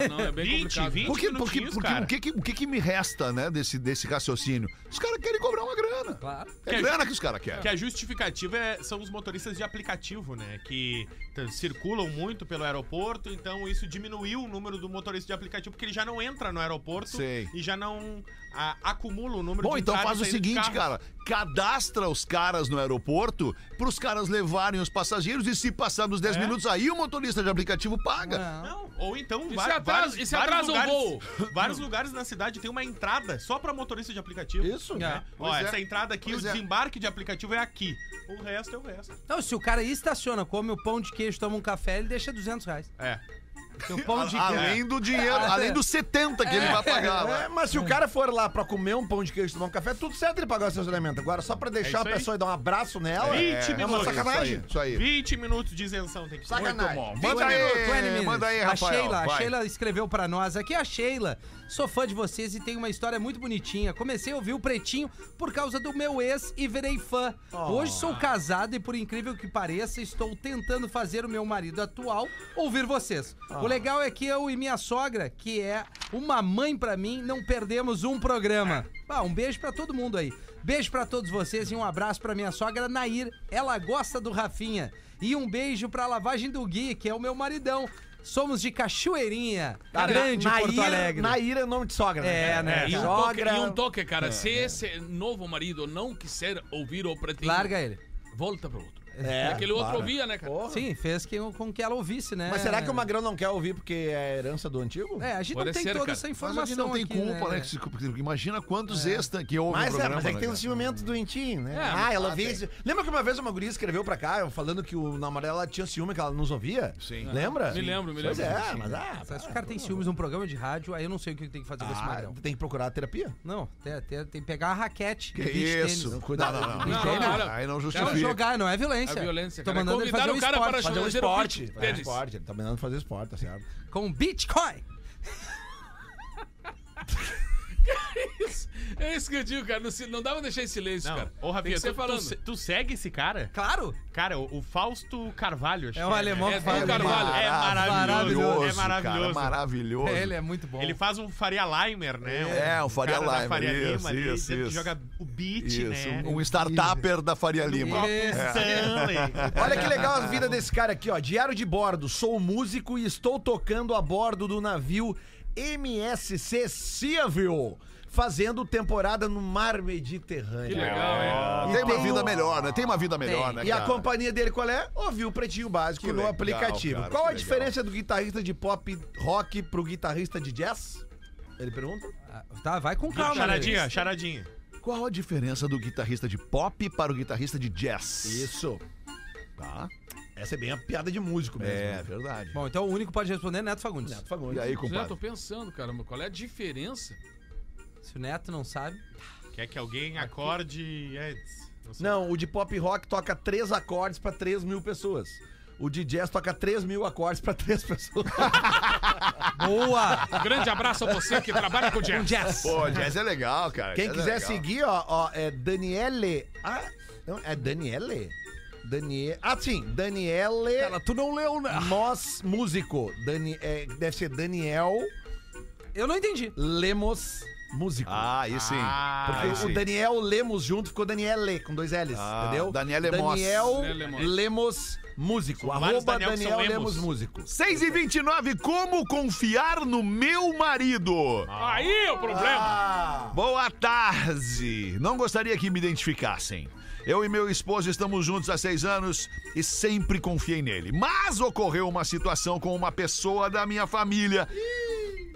Speaker 8: É, não, é bem
Speaker 7: 20,
Speaker 8: complicado.
Speaker 7: 20.
Speaker 4: Porque, porque,
Speaker 7: minutinhos,
Speaker 4: porque
Speaker 7: cara.
Speaker 4: o, que, que- o que, que me resta, né, desse, desse raciocínio? Os caras querem cobrar uma grana.
Speaker 5: Claro.
Speaker 4: É
Speaker 7: Que-
Speaker 4: grana que os caras
Speaker 7: Que
Speaker 4: querem.
Speaker 7: a justificativa é- são os motoristas de aplicativo, né? Que t- circulam muito pelo aeroporto, então isso diminuiu o número do motorista de aplicativo, porque ele já não entra no aeroporto
Speaker 4: Sei.
Speaker 7: e já não a- acumula o número
Speaker 4: Bom,
Speaker 7: de
Speaker 4: então
Speaker 7: entradas
Speaker 4: faz o
Speaker 7: e saídas de
Speaker 4: seguinte,
Speaker 7: carros.
Speaker 4: cara. cadastra os caras no aeroporto para os caras levarem os passageiros e se passar dos 10 minutos, aí o motorista de aplicativo paga.
Speaker 7: Não, ou então
Speaker 8: E
Speaker 7: vai-
Speaker 8: se atrasa-
Speaker 7: vários,
Speaker 8: e se
Speaker 7: vários
Speaker 8: atrasa o
Speaker 7: lugares,
Speaker 8: voo?
Speaker 7: [laughs] Vários lugares na cidade tem uma entrada só pra motorista de aplicativo.
Speaker 6: Isso,
Speaker 7: né?
Speaker 5: É.
Speaker 7: Ó,
Speaker 4: Pois é.
Speaker 7: essa entrada aqui,
Speaker 4: Pois
Speaker 7: o
Speaker 4: é.
Speaker 7: desembarque de aplicativo é aqui. O resto é o resto.
Speaker 5: Não, se o cara estaciona, come o pão de queijo, toma um café, ele deixa 200 reais.
Speaker 7: É.
Speaker 5: Tem o pão de
Speaker 4: A-
Speaker 5: queijo.
Speaker 4: além do dinheiro, além dos 70 que ele vai pagar. lá.
Speaker 6: É, mas se o cara for lá pra comer um pão de queijo e tomar um café, tudo certo ele pagar o estacionamento. Agora, só pra deixar a
Speaker 7: isso aí.
Speaker 6: pessoa e dar um abraço nela.
Speaker 7: 20
Speaker 6: é uma
Speaker 7: minutos.
Speaker 6: sacanagem.
Speaker 4: Isso aí.
Speaker 7: 20 minutos de isenção tem que ser.
Speaker 4: Sacanagem.
Speaker 5: Twenty
Speaker 4: Manda
Speaker 5: minutes, twenty
Speaker 4: aí,
Speaker 5: minutes.
Speaker 4: manda aí,
Speaker 5: a
Speaker 4: um Rafael.
Speaker 5: Sheila, a
Speaker 4: vai.
Speaker 5: Sheila escreveu pra nós aqui. A Sheila, sou fã de vocês e tem uma história muito bonitinha. Comecei a ouvir o Pretinho por causa do meu ex e virei fã.
Speaker 4: Oh.
Speaker 5: Hoje sou casado e, por incrível que pareça, estou tentando fazer o meu marido atual ouvir vocês.
Speaker 4: Oh.
Speaker 5: O legal é que eu e minha sogra, que é uma mãe pra mim, não perdemos um programa. Ah, um beijo pra todo mundo aí. Beijo pra todos vocês e um abraço pra minha sogra Nair. Ela gosta do Rafinha. E um beijo pra lavagem do Gui, que é o meu maridão. Somos de Cachoeirinha,
Speaker 4: Tá, né?
Speaker 5: grande Porto Alegre.
Speaker 6: Nair é o nome de sogra,
Speaker 5: É, né,
Speaker 8: E um, toque,
Speaker 6: Sogra.
Speaker 8: e um toque, cara. Se esse novo marido não quiser ouvir o pretinho,
Speaker 5: Larga ele.
Speaker 8: volta pro outro.
Speaker 6: É,
Speaker 8: Aquele outro
Speaker 6: claro.
Speaker 8: ouvia, né, cara?
Speaker 6: Porra.
Speaker 5: Sim, fez que, com que ela ouvisse, né?
Speaker 6: Mas
Speaker 4: é
Speaker 6: será que o Magrão não quer ouvir porque é herança do antigo?
Speaker 5: É, a gente
Speaker 8: Pode
Speaker 5: não tem
Speaker 8: ser,
Speaker 5: toda
Speaker 8: cara.
Speaker 5: essa
Speaker 4: Mas
Speaker 5: informação
Speaker 4: a gente não tem
Speaker 5: aqui,
Speaker 4: culpa, né?
Speaker 5: né?
Speaker 4: que se- porque Imagina quantos extras que houve no
Speaker 6: Mas é,
Speaker 4: programa.
Speaker 6: mas é que
Speaker 4: né,
Speaker 6: tem um
Speaker 4: cara?
Speaker 6: ciumento doentinho, né?
Speaker 8: É,
Speaker 6: ah, ela
Speaker 4: ah,
Speaker 6: vê
Speaker 4: tem.
Speaker 6: isso. Lembra que uma vez uma guria escreveu pra cá falando que o namorado dela tinha ciúme que ela nos ouvia?
Speaker 4: Sim.
Speaker 6: Lembra?
Speaker 8: Me lembro, me
Speaker 6: Pois
Speaker 8: lembro.
Speaker 6: é, mas ah,
Speaker 5: Mas Se o cara tem ciúmes num programa de rádio, aí eu não sei o que tem que fazer com esse
Speaker 6: ah,
Speaker 5: magrão.
Speaker 6: tem que procurar terapia.
Speaker 5: Não, tem, tem- tem que pegar a raquete.
Speaker 4: Que
Speaker 5: beach tênis.
Speaker 4: isso? Não,
Speaker 6: Cuidado.
Speaker 4: não, não.
Speaker 8: Não,
Speaker 4: Aí não-
Speaker 8: cara.
Speaker 4: Aí não
Speaker 5: Não
Speaker 4: justifica.
Speaker 5: jogar, não é violência.
Speaker 8: É violência,
Speaker 5: Tô
Speaker 8: cara.
Speaker 5: mandando ele fazer
Speaker 8: Convidaram
Speaker 5: um
Speaker 8: o cara
Speaker 5: esporte.
Speaker 8: para
Speaker 6: Fazer um
Speaker 8: Fazer o
Speaker 6: esporte.
Speaker 8: beach
Speaker 6: Fazer um
Speaker 8: tênis.
Speaker 6: esporte. Ele tá mandando fazer esporte, tá certo?
Speaker 5: Com Bitcoin.
Speaker 8: É isso que eu digo, cara. Não, se- não dá pra deixar em silêncio,
Speaker 7: Não,
Speaker 8: cara.
Speaker 7: ô
Speaker 8: Tem
Speaker 7: Rafinha, tu,
Speaker 8: que ser falando.
Speaker 7: tu, se- tu segue esse cara?
Speaker 5: Claro.
Speaker 7: Cara, o, o Fausto Carvalho, acho
Speaker 5: É
Speaker 7: que né?
Speaker 5: um alemão que
Speaker 8: é
Speaker 5: fala.
Speaker 8: do Carvalho.
Speaker 7: É maravilhoso.
Speaker 4: Maravilhoso,
Speaker 7: É
Speaker 4: Cara,
Speaker 7: maravilhoso.
Speaker 4: maravilhoso.
Speaker 5: Ele é muito bom.
Speaker 7: Ele faz um Faria Limer, né?
Speaker 4: É, um Faria
Speaker 7: cara da
Speaker 4: Limer,
Speaker 7: Faria
Speaker 4: isso,
Speaker 7: Lima ali,
Speaker 4: isso,
Speaker 7: dizendo que
Speaker 4: isso.
Speaker 7: joga o beat,
Speaker 4: Isso,
Speaker 7: né?
Speaker 4: um startupper da Faria
Speaker 7: é
Speaker 4: Lima.
Speaker 5: Isso.
Speaker 7: Stanley.
Speaker 6: Olha que legal [laughs] a vida desse cara aqui, ó. Diário de bordo. Sou músico e estou tocando a bordo do navio MSC Civil, fazendo temporada no mar Mediterrâneo.
Speaker 8: Que legal,
Speaker 7: É.
Speaker 8: hein?
Speaker 4: Tem uma
Speaker 6: tem
Speaker 4: vida
Speaker 6: o-
Speaker 4: melhor, né? Tem uma vida melhor, né?
Speaker 6: E a
Speaker 4: cara?
Speaker 6: companhia dele qual é? Ouviu o Pretinho Básico
Speaker 4: Que
Speaker 6: no
Speaker 4: legal,
Speaker 6: aplicativo.
Speaker 4: cara,
Speaker 6: qual
Speaker 4: que
Speaker 6: a
Speaker 4: legal.
Speaker 6: diferença do guitarrista de pop rock pro guitarrista de jazz? Ele pergunta.
Speaker 5: Ah, Tá, vai com calma.
Speaker 7: Charadinha,
Speaker 5: Luiz.
Speaker 7: charadinha.
Speaker 4: Qual a diferença do guitarrista de pop para o guitarrista de jazz?
Speaker 6: Isso.
Speaker 4: Tá?
Speaker 6: Essa é bem a piada de músico mesmo.
Speaker 4: É,
Speaker 6: né?
Speaker 4: verdade.
Speaker 5: Bom, então o único que pode responder é Neto Fagundes.
Speaker 6: Neto Fagundes.
Speaker 4: E aí,
Speaker 8: Zé, eu tô
Speaker 4: compadre?
Speaker 8: pensando, cara, mas qual é a diferença?
Speaker 5: Se o Neto não sabe.
Speaker 7: Quer que alguém acorde antes? sei.
Speaker 6: Não, o de pop rock toca três acordes pra 3 mil pessoas. O de jazz toca 3 mil acordes pra três pessoas.
Speaker 5: Boa!
Speaker 8: Um grande abraço a você que trabalha com
Speaker 5: Um
Speaker 8: jazz.
Speaker 5: jazz.
Speaker 4: Pô, jazz é legal, cara.
Speaker 6: Quem
Speaker 4: jazz é
Speaker 6: quiser
Speaker 4: legal.
Speaker 6: seguir, ó, ó, é Daniele. Ah, não, é Daniele? Daniele. Ah, sim, Daniele.
Speaker 5: tu não leu, né?
Speaker 6: Nós, músico. Dani, é, deve ser Daniel
Speaker 5: Eu não entendi.
Speaker 6: Lemos, músico.
Speaker 4: Ah, aí sim.
Speaker 7: Ah,
Speaker 6: Porque
Speaker 4: aí sim.
Speaker 6: o Daniel Lemos junto ficou Daniele, com dois L's,
Speaker 4: Ah,
Speaker 6: entendeu?
Speaker 4: Daniel Lemos.
Speaker 6: Daniel
Speaker 8: Daniel Lemos.
Speaker 6: Lemos, músico.
Speaker 7: vários
Speaker 6: Arroba
Speaker 7: Daniel que são
Speaker 6: Daniel
Speaker 7: Lemos.
Speaker 6: Lemos, músico.
Speaker 4: 6 e 29 como confiar no meu marido?
Speaker 8: Aí é o problema.
Speaker 4: Boa tarde! Não gostaria que me identificassem. Eu e meu esposo estamos juntos há seis anos e sempre confiei nele. Mas ocorreu uma situação com uma pessoa da minha família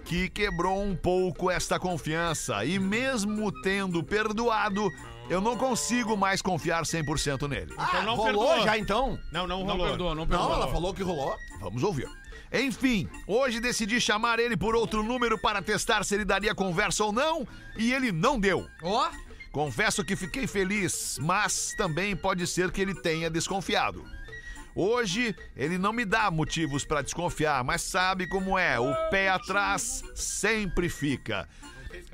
Speaker 4: que quebrou um pouco esta confiança. E mesmo tendo perdoado, eu não consigo mais confiar 100% nele.
Speaker 7: Então não
Speaker 6: Ah, rolou
Speaker 7: perdoou.
Speaker 6: já então?
Speaker 7: Não, não
Speaker 8: Não
Speaker 7: rolou.
Speaker 8: perdoa, não perdoa.
Speaker 6: Não, ela falou que rolou.
Speaker 4: Vamos ouvir. Enfim, hoje decidi chamar ele por outro número para testar se ele daria conversa ou não, e ele não deu.
Speaker 5: Ó,
Speaker 4: Confesso que fiquei feliz, mas também pode ser que ele tenha desconfiado. Hoje ele não me dá motivos para desconfiar, mas sabe como é, o pé atrás sempre fica.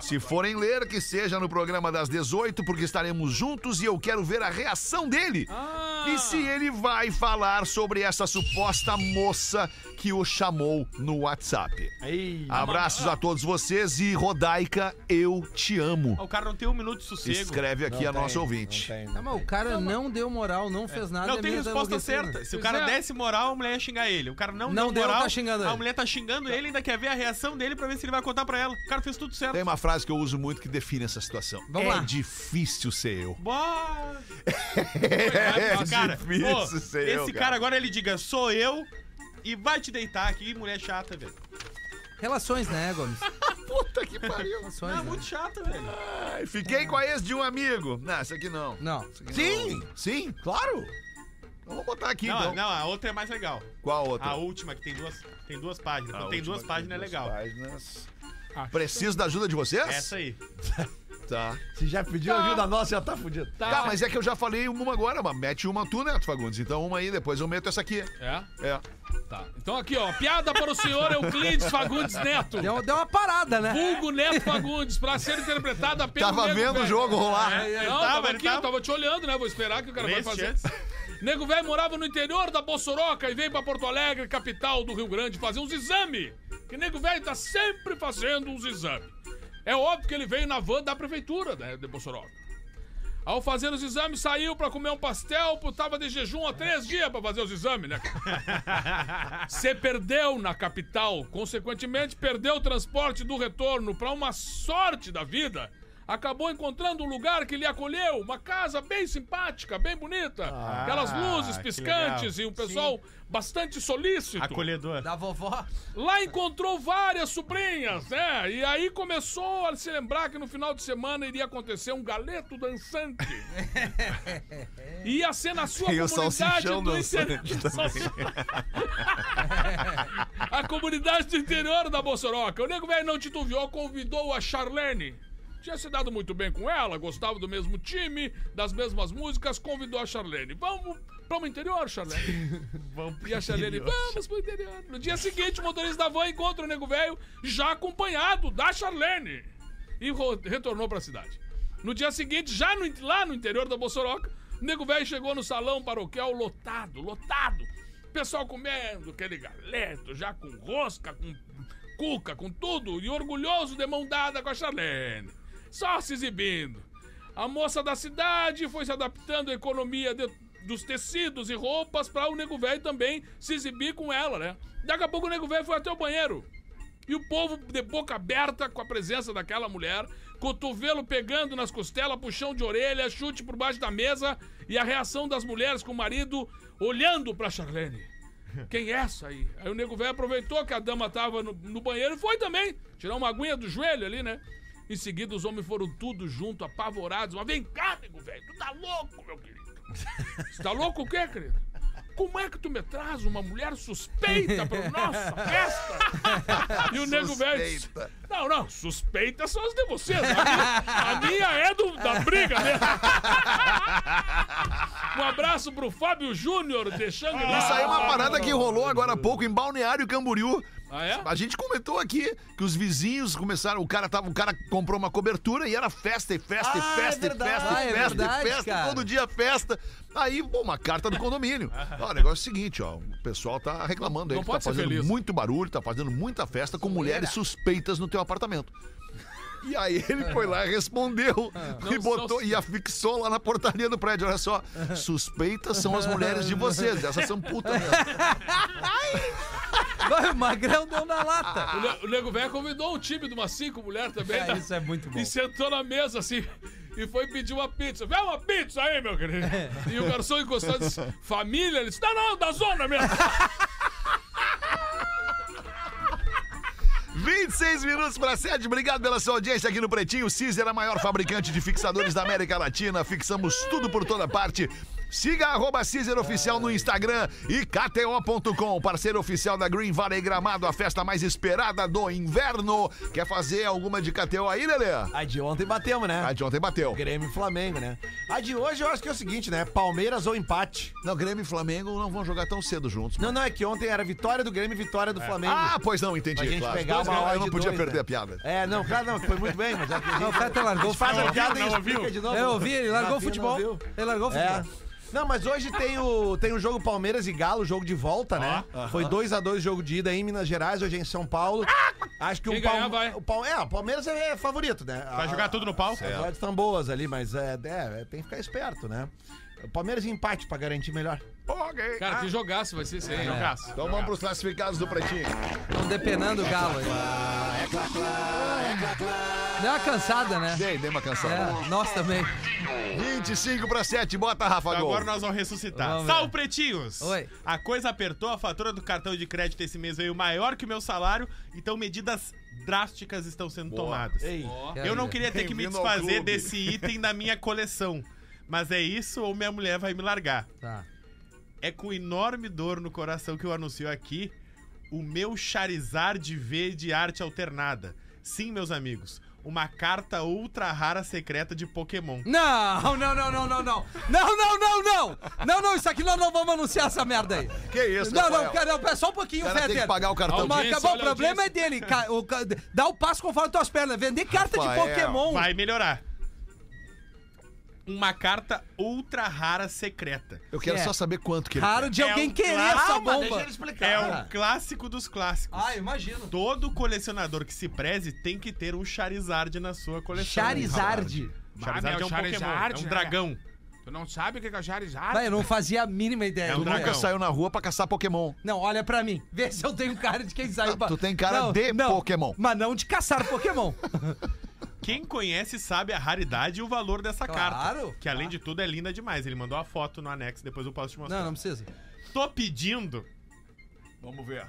Speaker 4: Se forem ler, que seja no programa das 18, porque estaremos juntos e eu quero ver a reação dele. E se ele vai falar sobre essa suposta moça que o chamou no WhatsApp? Abraços a todos vocês e Rodaica, eu te amo.
Speaker 7: O cara não tem um minuto de sossego.
Speaker 4: Escreve aqui a nossa ouvinte.
Speaker 5: Tá, mas o cara não deu moral, não fez nada. é
Speaker 7: Não tem
Speaker 5: meio
Speaker 7: resposta
Speaker 5: enlouquecido.
Speaker 7: certa. Se o
Speaker 8: Pois
Speaker 7: cara
Speaker 8: é.
Speaker 7: desse moral, a mulher ia xingar ele. O cara não,
Speaker 5: Não
Speaker 7: deu
Speaker 5: deu,
Speaker 7: moral,
Speaker 5: tá xingando
Speaker 7: a
Speaker 5: ele.
Speaker 7: mulher tá xingando ele, ainda quer ver a reação dele pra ver se ele vai contar pra ela. O cara fez tudo certo.
Speaker 4: Tem uma frase que eu uso muito que define essa situação.
Speaker 5: Vamos
Speaker 4: é
Speaker 5: lá.
Speaker 4: difícil ser eu.
Speaker 7: Boa!
Speaker 4: [laughs] É
Speaker 7: cara,
Speaker 4: difícil
Speaker 7: pô,
Speaker 4: ser
Speaker 7: esse
Speaker 4: eu,
Speaker 7: cara.
Speaker 4: é cara.
Speaker 7: agora ele diga, sou eu, e vai te deitar aqui, mulher chata, velho.
Speaker 5: Relações, né, Gomes?
Speaker 4: Puta que pariu.
Speaker 5: Relações,
Speaker 7: Não,
Speaker 5: né?
Speaker 7: muito chata, velho.
Speaker 4: Ai, Fiquei com a ex de um amigo. Não, isso aqui não.
Speaker 5: Não.
Speaker 4: Sim, sim, claro. Eu vou botar aqui
Speaker 7: Não,
Speaker 4: então.
Speaker 7: não, a outra é mais legal.
Speaker 4: Qual outra?
Speaker 7: A última, que tem duas, tem duas páginas.
Speaker 4: A
Speaker 7: Quando tem
Speaker 4: última
Speaker 7: duas
Speaker 4: que
Speaker 7: páginas, é
Speaker 4: duas
Speaker 7: legal.
Speaker 4: páginas. Preciso da ajuda de vocês?
Speaker 7: Essa aí.
Speaker 4: Tá.
Speaker 6: Se já pediu ajuda nossa, já tá fudido.
Speaker 4: Tá, mas é que eu já falei uma agora, mas mete uma tu, Neto Fagundes. Então uma aí, depois eu meto essa aqui.
Speaker 8: É?
Speaker 4: É.
Speaker 8: Tá. Então aqui, ó. Piada para o senhor Euclides Fagundes Neto.
Speaker 5: Deu, deu uma parada, né?
Speaker 8: Vulgo Neto Fagundes, pra ser interpretado apenas.
Speaker 4: Tava vendo o jogo rolar.
Speaker 8: Não,
Speaker 7: Tava,
Speaker 8: tava
Speaker 7: ele
Speaker 8: aqui, eu
Speaker 7: tava.
Speaker 8: tava te olhando, né? Vou esperar que o cara vai
Speaker 7: Três
Speaker 8: fazer.
Speaker 7: chances.
Speaker 8: Nego velho morava no interior da Bossoroca e veio pra Porto Alegre, capital do Rio Grande, fazer uns exames. Que nego velho tá sempre fazendo uns exames. É óbvio que ele veio na van da prefeitura né, de Bossoroca. Ao fazer os exames, saiu pra comer um pastel, pô, tava de jejum há três dias pra fazer os exames,
Speaker 7: [laughs]
Speaker 8: né? Se perdeu na capital, consequentemente perdeu o transporte do retorno para uma sorte da vida. Acabou encontrando um lugar que lhe acolheu, uma casa bem simpática, bem bonita, aquelas luzes
Speaker 7: Ah, que
Speaker 8: piscantes e
Speaker 7: legal.
Speaker 8: um pessoal bastante solícito.
Speaker 7: Acolhedor.
Speaker 5: Da vovó.
Speaker 8: Lá encontrou várias sobrinhas, né? E aí começou a se lembrar que no final de semana iria acontecer um galeto dançante. Ia ser na sua
Speaker 4: Tem o
Speaker 8: comunidade [laughs]
Speaker 4: salsichão
Speaker 8: do
Speaker 4: dançante
Speaker 8: interior. a comunidade do interior da Bolsoroca. O nego velho não titubeou, convidou a Charlene. Tinha se dado muito bem com ela, gostava do mesmo time, das mesmas músicas, convidou a Charlene. Vamos para o interior, Charlene. E a Charlene, vamos pro interior. No dia seguinte, o motorista da van encontra o nego velho já acompanhado da Charlene. E ro- retornou pra cidade. No dia seguinte, já no in- lá no interior da Bossoroca, o nego velho chegou no salão paroquial lotado, lotado. O pessoal comendo aquele galeto, já com rosca, com cuca, com tudo, e orgulhoso de mão dada com a Charlene. Só se exibindo. A moça da cidade foi se adaptando à economia de- dos tecidos e roupas para o nego velho também se exibir com ela, né? Daqui a pouco o nego velho foi até o banheiro. E o povo de boca aberta com a presença daquela mulher, cotovelo pegando nas costelas, puxão de orelha, chute por baixo da mesa e a reação das mulheres com o marido olhando pra Charlene. Quem é essa aí? Aí o nego velho aproveitou que a dama tava no, no banheiro e foi também. Tirar uma aguinha do joelho ali, né? Em seguida, os homens foram tudo junto, apavorados. Mas vem cá, nego velho, tu tá louco, meu querido. Você tá louco o quê, querido? Como é que tu me traz uma mulher suspeita pra nossa festa? E o nego velho disse, Não, não, suspeitas são as de vocês. A minha, a minha é do, da briga, né? Um abraço pro Fábio Júnior, deixando...
Speaker 4: Isso aí é uma parada que rolou agora há pouco em Balneário Camboriú.
Speaker 8: Ah, é?
Speaker 4: A gente comentou aqui que os vizinhos começaram, o cara tava, o cara comprou uma cobertura e era festa e festa e
Speaker 6: Ah,
Speaker 4: festa e
Speaker 6: é
Speaker 4: festa
Speaker 5: verdade.
Speaker 4: e
Speaker 5: Ah, é
Speaker 4: festa
Speaker 5: verdade,
Speaker 4: e festa,
Speaker 5: cara.
Speaker 4: todo dia festa. Aí, pô, uma carta do condomínio. Ó, o negócio é o seguinte, ó, o pessoal tá reclamando aí
Speaker 8: Não
Speaker 4: que tá
Speaker 8: pode ser
Speaker 4: fazendo
Speaker 8: feliz.
Speaker 4: muito barulho, tá fazendo muita festa com mulheres suspeitas no teu apartamento. E aí ele foi lá e respondeu e
Speaker 8: Não
Speaker 4: botou
Speaker 8: sou-
Speaker 4: e afixou lá na portaria do prédio, olha só. Suspeitas são as mulheres de vocês, essas são putas. mesmo.
Speaker 5: Vai, o magrão deu na lata.
Speaker 8: O ne- O Nego Velho convidou um time de umas cinco mulheres também.
Speaker 5: Ah,
Speaker 8: né?
Speaker 5: isso é muito bom.
Speaker 8: E sentou na mesa assim. E foi pedir uma pizza. Vê uma pizza aí, meu querido. E o garçom encostou e disse: Família? Ele disse: Não, não, da zona mesmo.
Speaker 4: 26 minutos para 7. Obrigado pela sua audiência aqui no Pretinho. Cizer, a maior fabricante de fixadores da América Latina. Fixamos tudo por toda parte. Siga a arroba Cizer Oficial no Instagram e KTO.com, parceiro oficial da Green Valley Gramado, a festa mais esperada do inverno. Quer fazer alguma de KTO aí, Lelê?
Speaker 6: A de ontem batemos, né?
Speaker 4: A de ontem bateu.
Speaker 6: Grêmio e Flamengo, né? A de hoje eu acho que é o seguinte, né? Palmeiras ou empate.
Speaker 4: Não, Grêmio e Flamengo não vão jogar tão cedo juntos.
Speaker 6: Não, não, é que ontem era vitória do Grêmio e vitória do Flamengo.
Speaker 4: Ah, pois não,
Speaker 6: Pra
Speaker 4: entendi.
Speaker 6: gente
Speaker 4: Claro.
Speaker 6: pegar
Speaker 4: Dois
Speaker 6: uma
Speaker 4: Grêmio,
Speaker 6: hora
Speaker 4: eu não
Speaker 6: de
Speaker 4: podia
Speaker 6: dois,
Speaker 4: perder
Speaker 6: né?
Speaker 4: a piada.
Speaker 6: É, não, cara, não, foi muito bem, mas é que a gente
Speaker 5: Não, o cara até largou o
Speaker 6: faz a
Speaker 5: futebol.
Speaker 6: piada e
Speaker 7: não ouviu?
Speaker 6: explica de novo.
Speaker 5: Eu ouvi, ele largou o
Speaker 6: Rafinha não
Speaker 5: futebol.
Speaker 6: ouviu.
Speaker 5: Ele largou o
Speaker 6: É.
Speaker 5: futebol.
Speaker 6: Não, mas hoje tem o, tem o jogo Palmeiras e Galo, jogo de volta, né? Foi 2x2 o jogo de ida em Minas Gerais, hoje é em São Paulo. Acho que
Speaker 8: Quem
Speaker 6: o, Palme-
Speaker 8: ganhar, vai.
Speaker 6: o Palme- É, o Palmeiras é favorito, né?
Speaker 7: Vai jogar tudo no pau?
Speaker 6: As odds estão boas ali, mas é, é, tem que ficar esperto, né? O Palmeiras em empate pra garantir melhor.
Speaker 4: Ok.
Speaker 8: Cara, que jogaço vai ser esse aí. né?
Speaker 7: Jogaço.
Speaker 4: Então vamos pros classificados do Pretinho.
Speaker 5: Estão depenando o galo aí. Deu uma cansada, né?
Speaker 4: Dei, dei uma canção.
Speaker 5: É, nós também.
Speaker 4: 25 para 7, bota Rafa
Speaker 7: Então
Speaker 4: Gol.
Speaker 7: Agora nós vamos ressuscitar.
Speaker 5: Vamos ver.
Speaker 7: Salve, pretinhos!
Speaker 5: Oi.
Speaker 7: A coisa apertou, a fatura do cartão de crédito esse mês veio maior que o meu salário, então medidas drásticas estão sendo tomadas.
Speaker 8: Ó.
Speaker 7: Eu não queria ter que me
Speaker 4: Bem-vindo ao
Speaker 7: desfazer
Speaker 4: clube.
Speaker 7: desse item da minha coleção. Mas é isso ou minha mulher vai me largar.
Speaker 5: Tá.
Speaker 7: É com enorme dor no coração que eu anuncio aqui o meu Charizard V de arte alternada. Sim, meus amigos, uma carta ultra rara secreta de Pokémon.
Speaker 5: Não, não, não, não, não, não. Não, não, não, não. Não, não, isso aqui nós não vamos anunciar essa merda aí.
Speaker 4: Que isso,
Speaker 5: Não,
Speaker 4: Rafael?
Speaker 5: não, cara, não, só um pouquinho,
Speaker 4: O cara tem
Speaker 5: Fetter.
Speaker 4: que pagar o cartão.
Speaker 5: Mas
Speaker 8: Audiência,
Speaker 5: acabou, o
Speaker 8: olha a
Speaker 5: problema é
Speaker 8: audiência.
Speaker 5: dele. ca- o ca- Dá o passo conforme tuas pernas. Vender carta de
Speaker 4: Rafael.
Speaker 5: Pokémon.
Speaker 7: Vai melhorar. Uma carta ultra rara secreta.
Speaker 4: Eu quero
Speaker 5: É.
Speaker 4: só saber quanto que ele
Speaker 5: Raro de
Speaker 7: É
Speaker 5: alguém
Speaker 7: um
Speaker 5: querer
Speaker 7: clássico.
Speaker 5: essa
Speaker 7: Calma,
Speaker 5: bomba.
Speaker 7: É
Speaker 5: Ah.
Speaker 7: o clássico dos clássicos.
Speaker 5: Ah, imagino.
Speaker 7: Todo colecionador que se preze tem que ter um Charizard na sua coleção.
Speaker 5: Charizard.
Speaker 8: Ah,
Speaker 7: Charizard
Speaker 8: meu,
Speaker 7: é um Pokémon,
Speaker 8: Charizard,
Speaker 7: é um
Speaker 8: né?
Speaker 7: dragão.
Speaker 8: Tu não sabe o que é Charizard?
Speaker 5: Vai, eu não fazia a mínima ideia.
Speaker 7: É um
Speaker 5: do
Speaker 4: Tu nunca
Speaker 5: que é.
Speaker 7: dragão.
Speaker 4: saiu na rua pra caçar Pokémon.
Speaker 5: Não, olha pra mim. Vê se eu tenho cara de quem saiu pra...
Speaker 4: Ah, Tu tem cara
Speaker 5: Não,
Speaker 4: de
Speaker 5: não,
Speaker 4: Pokémon.
Speaker 5: Mas não de
Speaker 4: [laughs]
Speaker 5: caçar Pokémon.
Speaker 7: Quem conhece sabe a raridade e o valor dessa
Speaker 5: Claro,
Speaker 7: carta. Que além
Speaker 5: claro.
Speaker 7: de tudo é linda demais. Ele mandou a foto no anexo, depois eu posso te mostrar.
Speaker 5: Não, não precisa.
Speaker 7: Tô pedindo
Speaker 4: Vamos ver.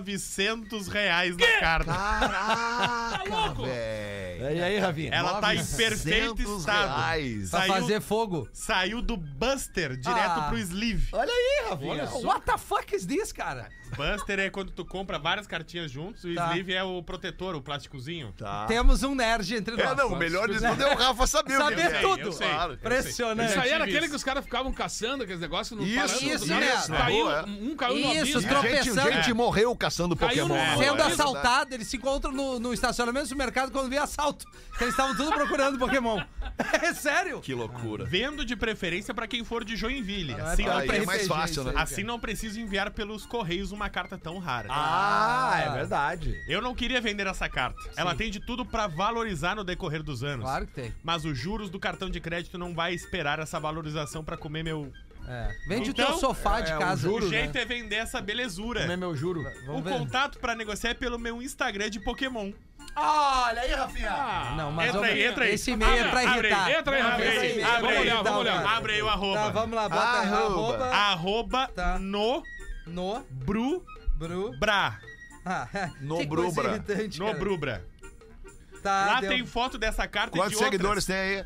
Speaker 7: 900 reais na
Speaker 5: Tá,
Speaker 7: carta.
Speaker 4: Caraca,
Speaker 8: louco?
Speaker 4: velho.
Speaker 6: É, E aí, Ravinha?
Speaker 7: Ela tá em perfeito
Speaker 4: 900
Speaker 7: estado.
Speaker 4: reais.
Speaker 5: Pra
Speaker 7: Saiu-
Speaker 5: fazer fogo.
Speaker 7: Saiu do Buster direto
Speaker 5: Ah.
Speaker 7: pro Sleeve.
Speaker 6: Olha aí, Ravinha.
Speaker 8: Olha só.
Speaker 5: What the fuck is this, cara?
Speaker 7: Buster é quando tu compra várias cartinhas juntos e
Speaker 5: Tá.
Speaker 7: o Sleeve é o protetor, o plásticozinho.
Speaker 6: Ah.
Speaker 4: Tá.
Speaker 5: Temos um nerd entre nós.
Speaker 4: É, não, o melhor de tudo é o Rafa saber, o que
Speaker 5: Saber
Speaker 4: é.
Speaker 5: tudo.
Speaker 7: Eu sei.
Speaker 4: Claro.
Speaker 5: Impressionante.
Speaker 8: Isso aí era
Speaker 7: tive
Speaker 8: aquele
Speaker 7: isso.
Speaker 8: que os caras ficavam caçando aqueles negócios no
Speaker 4: Isso,
Speaker 5: né? isso,
Speaker 8: né?
Speaker 5: isso,
Speaker 4: né?
Speaker 8: Caiu,
Speaker 4: Boa.
Speaker 8: um caiu no
Speaker 5: Isso,
Speaker 8: abismo.
Speaker 5: tro-
Speaker 4: Gente,
Speaker 5: Tropeçando.
Speaker 4: gente
Speaker 7: É.
Speaker 4: morreu caçando
Speaker 8: Caiu
Speaker 4: Pokémon.
Speaker 8: no-
Speaker 4: É,
Speaker 5: Sendo
Speaker 4: é.
Speaker 5: assaltado, eles se encontram no, no estacionamento do supermercado quando vê assalto. que Eles estavam tudo procurando Pokémon. [laughs] É sério?
Speaker 4: Que loucura.
Speaker 7: Vendo de preferência pra quem for de Joinville.
Speaker 5: Ah,
Speaker 7: assim,
Speaker 5: tá
Speaker 7: não
Speaker 4: Aí
Speaker 7: pre-
Speaker 4: é
Speaker 5: RPG
Speaker 4: mais fácil,
Speaker 5: isso aí,
Speaker 4: né?
Speaker 5: cara.
Speaker 7: assim não preciso enviar pelos correios uma carta tão rara.
Speaker 6: Ah, é verdade.
Speaker 7: Eu não queria vender essa carta. Ela tem de tudo pra valorizar no decorrer dos anos.
Speaker 5: Claro que tem.
Speaker 7: Mas os juros do cartão de crédito não vai esperar essa valorização pra comer meu.
Speaker 5: É. Vende o teu
Speaker 7: Então,
Speaker 5: sofá de
Speaker 6: é, o
Speaker 5: casa.
Speaker 6: juro,
Speaker 7: o jeito
Speaker 6: né?
Speaker 7: é vender essa belezura.
Speaker 6: Não é meu juro.
Speaker 7: O
Speaker 5: Vamos ver.
Speaker 7: contato pra negociar é pelo meu Instagram de Pokémon.
Speaker 6: Olha aí, Rafinha.
Speaker 5: Não, mas
Speaker 7: entra
Speaker 5: vamos-
Speaker 7: aí, entra aí.
Speaker 5: esse e-mail é
Speaker 7: Abre,
Speaker 5: pra
Speaker 7: abre aí,
Speaker 5: irritar.
Speaker 8: entra aí,
Speaker 5: Não,
Speaker 8: abre aí,
Speaker 5: esse e-mail é
Speaker 7: abre
Speaker 5: pra
Speaker 7: aí,
Speaker 5: irritar
Speaker 7: vamos
Speaker 5: o
Speaker 7: olhar,
Speaker 5: cara.
Speaker 7: abre aí o arroba. Ah.
Speaker 5: Tá, vamos lá, bota aí,
Speaker 4: Arroba.
Speaker 5: arroba.
Speaker 7: Arroba
Speaker 5: Tá.
Speaker 7: no
Speaker 5: No
Speaker 7: Brubra.
Speaker 5: Bru. [laughs] Ah,
Speaker 4: No
Speaker 5: que coisa
Speaker 4: Brubra.
Speaker 5: irritante,
Speaker 7: No
Speaker 5: cara.
Speaker 7: Brubra.
Speaker 5: Tá,
Speaker 7: Lá
Speaker 5: deu
Speaker 7: tem foto dessa carta e
Speaker 4: Quantos
Speaker 7: de outras.
Speaker 4: seguidores tem aí?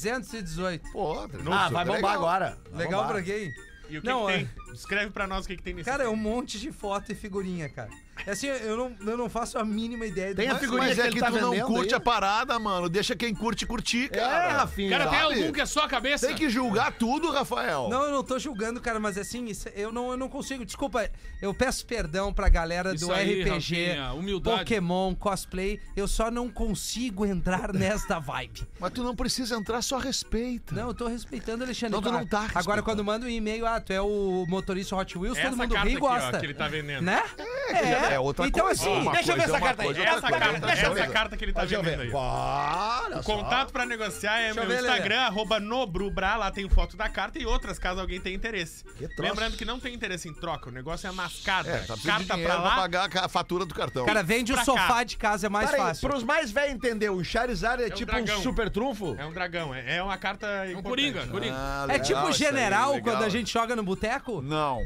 Speaker 5: 318.
Speaker 4: Pô,
Speaker 6: Ah, vai bombar agora. Vai
Speaker 5: Legal
Speaker 6: bombar.
Speaker 5: pra quem?
Speaker 7: E o que,
Speaker 5: Não,
Speaker 7: que
Speaker 5: é.
Speaker 7: tem? Descreve pra nós o que, que tem nesse.
Speaker 5: Cara, é um monte de foto e figurinha, cara. É assim, eu não, eu não faço a mínima ideia do
Speaker 6: Tem a
Speaker 5: Mas-
Speaker 6: figurinha
Speaker 4: Mas
Speaker 6: que
Speaker 4: é
Speaker 6: ele
Speaker 4: que
Speaker 6: tá
Speaker 4: tu não
Speaker 6: vendendo
Speaker 4: curte
Speaker 6: aí.
Speaker 4: a parada, mano. Deixa quem curte curtir,
Speaker 6: É,
Speaker 4: cara.
Speaker 6: Rafinha.
Speaker 8: Cara, tem
Speaker 4: sabe?
Speaker 8: algum que é só a cabeça?
Speaker 4: Tem que julgar tudo, Rafael.
Speaker 5: Não, eu não tô julgando, cara, mas assim, isso- eu, não, eu não consigo. Desculpa, eu peço perdão pra galera
Speaker 8: Isso
Speaker 5: do
Speaker 8: aí,
Speaker 5: RPG,
Speaker 8: Rafinha, humildade.
Speaker 5: Pokémon, cosplay. Eu só não consigo entrar [laughs] nesta vibe.
Speaker 4: Mas tu não precisa entrar, só respeita.
Speaker 5: Não, eu tô respeitando, Alexandre.
Speaker 4: Não, tu não tá
Speaker 5: Agora,
Speaker 4: respeitando.
Speaker 5: quando manda um e-mail, ah, tu é o motorista Hot Wheels,
Speaker 7: Essa
Speaker 5: todo mundo
Speaker 7: carta
Speaker 5: ri e
Speaker 7: aqui, ó,
Speaker 5: gosta.
Speaker 7: que ele tá vendendo.
Speaker 5: Né?
Speaker 4: já é outra
Speaker 5: então,
Speaker 4: coisa.
Speaker 5: assim,
Speaker 4: Uma
Speaker 5: deixa eu
Speaker 4: coisa
Speaker 5: ver
Speaker 4: é
Speaker 5: essa
Speaker 4: uma
Speaker 5: carta aí.
Speaker 4: coisa,
Speaker 7: Essa
Speaker 4: outra coisa.
Speaker 7: carta,
Speaker 4: Deixa eu
Speaker 7: essa
Speaker 4: ver.
Speaker 7: carta que ele tá
Speaker 6: Deixa eu
Speaker 7: vendendo
Speaker 6: ver.
Speaker 7: aí.
Speaker 6: Olha só.
Speaker 7: Contato pra negociar é
Speaker 5: Deixa eu
Speaker 7: meu
Speaker 5: ver, Lelê.
Speaker 7: Instagram, arroba Nobrubra, lá tem foto da carta e outras, caso alguém tenha interesse.
Speaker 6: Que troço.
Speaker 7: Lembrando que não tem interesse em troca, o negócio é mascada.
Speaker 4: É, tá precisando de
Speaker 7: carta pra
Speaker 4: dinheiro pra
Speaker 7: lá,
Speaker 4: pagar a ca- a fatura do cartão.
Speaker 5: Cara, vende o
Speaker 7: Pra cá.
Speaker 5: sofá de casa, é mais
Speaker 6: Para aí,
Speaker 5: fácil.
Speaker 6: pros mais velhos entender, o Charizard é,
Speaker 7: um
Speaker 6: tipo um
Speaker 7: dragão.
Speaker 6: super trunfo?
Speaker 7: é um dragão, é, é uma carta
Speaker 8: Um
Speaker 7: importante.
Speaker 8: Coringa, Coringa.
Speaker 4: Ah,
Speaker 5: É
Speaker 4: legal
Speaker 5: tipo
Speaker 4: isso aí,
Speaker 5: general
Speaker 4: legal.
Speaker 5: quando a gente joga no boteco?
Speaker 4: Não.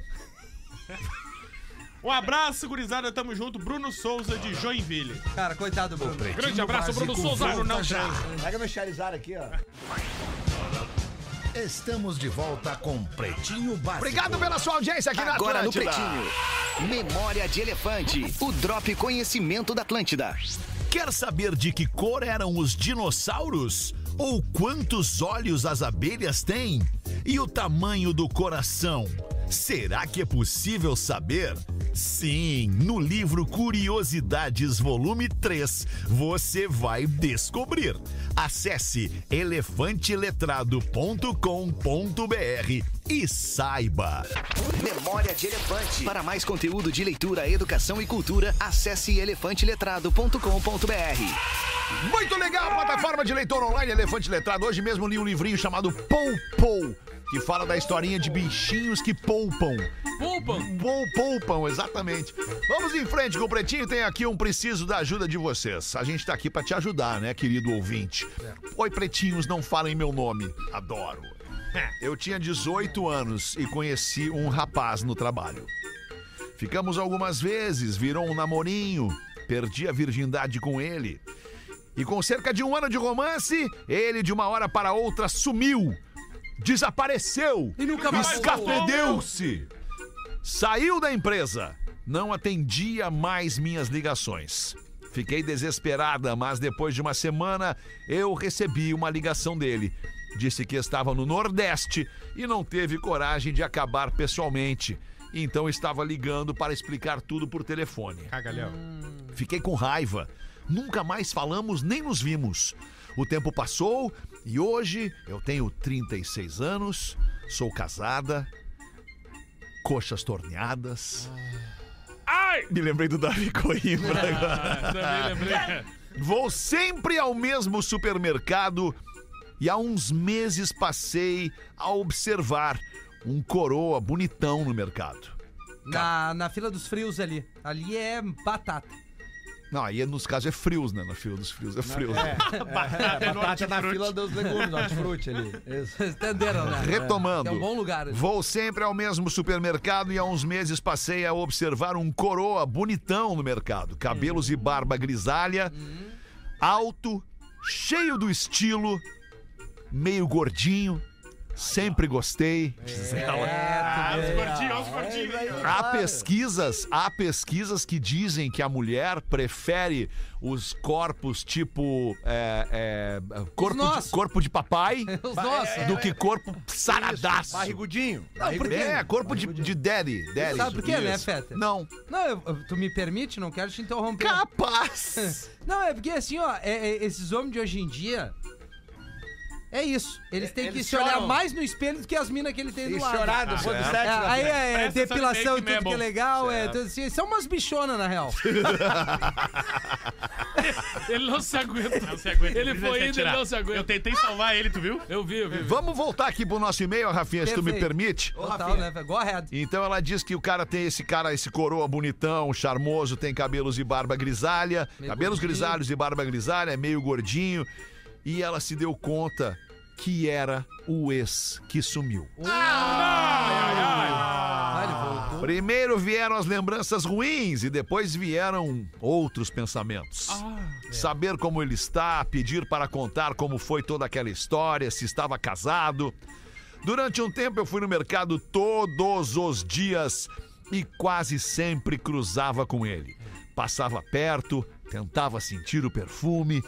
Speaker 7: Um abraço, gurizada, tamo junto. Bruno Souza, de Joinville.
Speaker 5: Cara, coitado, Bruno.
Speaker 8: Grande abraço, Bruno Souza.
Speaker 7: Bruno não transa.
Speaker 6: Pega meu Charizard aqui, ó.
Speaker 2: Estamos de volta com Pretinho Básico.
Speaker 4: Obrigado pela sua audiência aqui na
Speaker 10: Agora no
Speaker 4: Atlântida.
Speaker 10: Pretinho. Memória de Elefante. O Drop Conhecimento da Atlântida.
Speaker 2: Quer saber de que cor eram os dinossauros? Ou quantos olhos as abelhas têm? E o tamanho do coração? Será que é possível saber?
Speaker 4: Sim, no livro Curiosidades Volume 3, você vai descobrir. Acesse elefanteletrado.com.br e saiba.
Speaker 10: Memória de Elefante. Para mais conteúdo de leitura, educação e cultura, acesse elefanteletrado.com.br.
Speaker 4: Muito legal, plataforma de leitor online Elefante Letrado. Hoje mesmo li um livrinho chamado Poupou, que fala da historinha de bichinhos que poupam.
Speaker 8: Poupam!
Speaker 4: Pou- Poupam, exatamente. Vamos em frente com o Pretinho. Tem aqui um preciso da ajuda de vocês. A gente tá aqui pra te ajudar, né, querido ouvinte? Oi, Pretinhos, não falem meu nome. Adoro. Eu tinha 18 anos e conheci um rapaz no trabalho. Ficamos algumas vezes, virou um namorinho. Perdi a virgindade com ele. E com cerca de um ano de romance, ele de uma hora para outra sumiu. Desapareceu.
Speaker 5: E nunca mais
Speaker 4: Escafedeu-se. Saiu da empresa. Não atendia mais minhas ligações. Fiquei desesperada, mas depois de uma semana eu recebi uma ligação dele. Disse que estava no Nordeste e não teve coragem de acabar pessoalmente. Então estava ligando para explicar tudo por telefone.
Speaker 7: Cagalhão.
Speaker 4: Fiquei com raiva. Nunca mais falamos nem nos vimos. O tempo passou e hoje eu tenho 36 anos, sou casada, coxas torneadas. Ai! Ah, Me lembrei do Davi Coimbra agora.
Speaker 8: Também lembrei.
Speaker 4: Vou sempre ao mesmo supermercado e há uns meses passei a observar um coroa bonitão no mercado.
Speaker 5: Na, na fila dos frios ali. Ali é batata.
Speaker 4: Não, aí nos casos é frios, né? Na fila dos frios é frios. né?
Speaker 7: Tá
Speaker 6: É, batata na fila dos legumes, hortifruti ali. Isso.
Speaker 5: Vocês [laughs] entenderam, né?
Speaker 4: Retomando.
Speaker 5: É um bom lugar.
Speaker 4: Vou sempre ao mesmo supermercado e há uns meses passei a observar um coroa bonitão no mercado. Cabelos e barba grisalha, alto, cheio do estilo, meio gordinho. Sempre gostei.
Speaker 5: É.
Speaker 4: Diz ela.
Speaker 7: Ah,
Speaker 8: Olha os gordinhos, olha os gordinhos.
Speaker 4: Há pesquisas, há pesquisas que dizem que a mulher prefere os corpos tipo é, é, corpo, de,
Speaker 5: nossos. É.
Speaker 4: corpo de
Speaker 5: [laughs]
Speaker 4: papai
Speaker 5: Os nossos.
Speaker 4: do que corpo saradaço.
Speaker 6: Barrigudinho.
Speaker 5: Não, porque...
Speaker 4: É, corpo de, de daddy. daddy.
Speaker 5: Sabe por quê, né,
Speaker 4: Isso.
Speaker 5: Feta?
Speaker 4: Não.
Speaker 5: Não, eu- eu- tu me permite? Não quero te interromper. [laughs]
Speaker 4: Capaz!
Speaker 5: Não, é porque assim, ó, é- é- esses homens de hoje em dia. É isso. Eles têm que
Speaker 6: eles
Speaker 5: se olhar
Speaker 6: choram. né,
Speaker 5: mais no espelho do que as minas que ele tem do lado.
Speaker 6: chorado, depois do Ah,
Speaker 5: É,
Speaker 6: sexo. na
Speaker 5: aí
Speaker 6: frente.
Speaker 5: é,
Speaker 8: Presta atenção em
Speaker 5: depilação
Speaker 8: Make
Speaker 5: e
Speaker 8: Me
Speaker 5: tudo que é
Speaker 8: Able.
Speaker 5: legal. É, tudo assim, são umas bichonas, na real.
Speaker 8: Ele não se aguenta.
Speaker 7: Não se aguenta.
Speaker 8: Ele
Speaker 7: precisa
Speaker 8: foi
Speaker 7: se
Speaker 8: indo e
Speaker 7: atirar.
Speaker 8: não se
Speaker 7: Eu
Speaker 8: aguenta.
Speaker 7: tentei salvar ele, tu viu?
Speaker 8: Eu vi, eu vi. eu vi.
Speaker 4: Vamos voltar aqui pro nosso e-mail, Rafinha, se tu me
Speaker 5: Perfeito.
Speaker 4: permite.
Speaker 5: Total, né? velho? Go ahead.
Speaker 4: Então ela diz que o cara tem esse cara, esse coroa bonitão, charmoso, tem cabelos e barba grisalha,
Speaker 5: Meio
Speaker 4: cabelos
Speaker 5: gordinho.
Speaker 4: grisalhos e barba grisalha, é meio gordinho. E ela se deu conta que era o ex que sumiu.
Speaker 5: Ah, ele voltou.
Speaker 4: Primeiro vieram as lembranças ruins e depois vieram outros pensamentos. Saber como ele está, pedir para contar como foi toda aquela história, se estava casado. Durante um tempo eu fui no mercado todos os dias e quase sempre cruzava com ele. Passava perto, tentava sentir o perfume,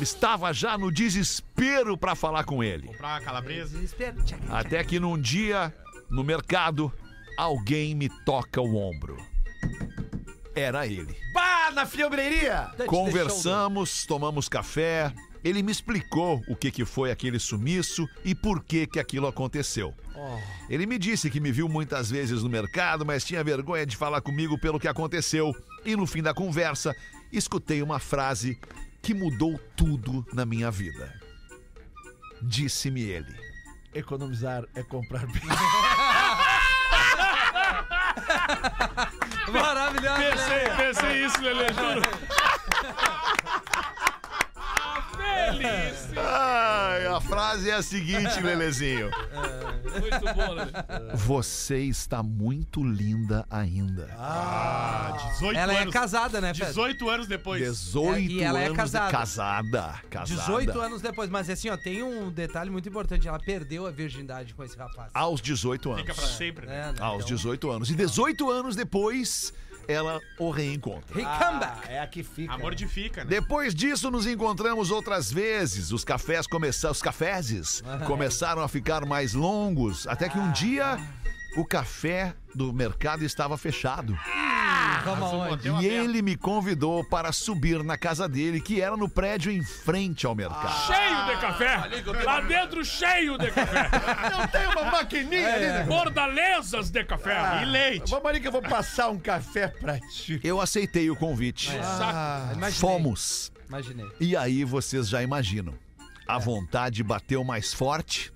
Speaker 4: estava já no desespero para falar com ele.
Speaker 7: Comprar calabresa.
Speaker 5: Espera, tchac.
Speaker 4: Até que num dia, no mercado, alguém me toca o ombro. Era ele.
Speaker 6: Pá, na fiobreiria.
Speaker 5: Touch the
Speaker 4: Conversamos, tomamos café. Ele me explicou o que, que foi aquele sumiço e por que, que aquilo aconteceu. Ele me disse que me viu muitas vezes no mercado, mas tinha vergonha de falar comigo pelo que aconteceu. E no fim da conversa, escutei uma frase que mudou tudo na minha vida. Disse-me ele.
Speaker 6: Economizar é comprar bem.
Speaker 5: shoulder. Maravilhoso. né?
Speaker 8: Pensei, pensei isso, Lelê, juro. Feliz!
Speaker 4: Ai, a frase é a seguinte, Lelezinho.
Speaker 8: Muito bom, né? Lelê.
Speaker 4: Você está muito linda ainda.
Speaker 7: 18
Speaker 5: Ela é
Speaker 7: anos.
Speaker 5: casada, né, Pedro?
Speaker 7: 18 anos depois.
Speaker 4: 18
Speaker 5: E ela é
Speaker 4: anos de-
Speaker 5: casada.
Speaker 4: casada. Casada.
Speaker 5: 18 anos depois, mas assim, ó, tem um detalhe muito importante. Ela perdeu a virgindade com esse rapaz.
Speaker 4: Aos 18
Speaker 7: Fica
Speaker 4: anos.
Speaker 7: pra sempre. né?
Speaker 5: É, né?
Speaker 4: Aos
Speaker 5: Então,
Speaker 4: 18 anos. E 18 anos depois, ela o reencontra.
Speaker 5: He come back.
Speaker 6: É a que fica.
Speaker 7: Amor de fica, né?
Speaker 4: Depois disso, nos encontramos outras vezes. Os cafés começaram. Os caféses começaram a ficar mais longos. Até que um dia o café do mercado estava fechado.
Speaker 5: Vamos aonde?
Speaker 4: E ele me convidou para subir na casa dele, que era no prédio em frente ao mercado.
Speaker 3: Cheio
Speaker 7: Ah,
Speaker 3: de café! Lá dentro, cheio de café!
Speaker 6: Não tem uma maquininha ali, né?
Speaker 3: Bordalesas de café!
Speaker 7: E leite.
Speaker 6: Vamos ali que eu vou passar um café pra ti.
Speaker 4: Eu aceitei o convite.
Speaker 5: Ah, imaginei,
Speaker 4: Fomos.
Speaker 5: Imaginei.
Speaker 4: E aí vocês já imaginam. A vontade bateu mais forte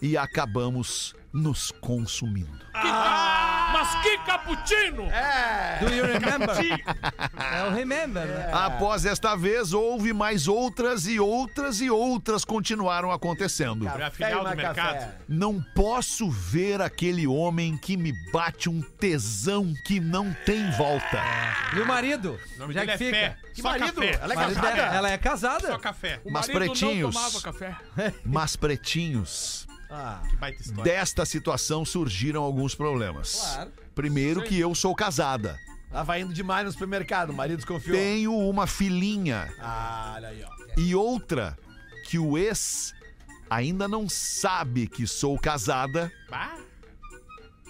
Speaker 4: e acabamos nos consumindo.
Speaker 3: Mas que cappuccino!
Speaker 5: Do you remember? é o remember, né?
Speaker 4: Após esta vez, houve mais outras e outras e outras continuaram acontecendo.
Speaker 7: Foi a final do
Speaker 6: Café na
Speaker 7: mercado.
Speaker 6: café.
Speaker 4: Não posso ver aquele homem que me bate um tesão que não tem volta.
Speaker 5: E o marido?
Speaker 7: É. O nome
Speaker 5: Já
Speaker 7: dele é
Speaker 5: que
Speaker 7: Fé.
Speaker 5: fica.
Speaker 7: Que Só café.
Speaker 6: Ela é
Speaker 5: Marido
Speaker 6: casada?
Speaker 5: dela- ela é casada?
Speaker 7: Só café.
Speaker 8: O
Speaker 4: Mas
Speaker 8: marido
Speaker 4: pretinhos.
Speaker 8: não tomava café.
Speaker 4: [laughs] Mas, pretinhos,
Speaker 6: Ah,
Speaker 7: Que baita história.
Speaker 4: desta situação surgiram alguns problemas.
Speaker 5: Claro.
Speaker 4: Primeiro, que eu sou casada.
Speaker 6: Ela vai indo demais no supermercado, o marido desconfiou.
Speaker 4: Tenho uma filhinha
Speaker 6: Ah, olha aí, ó.
Speaker 4: e outra que o ex ainda não sabe que sou casada
Speaker 7: Bah.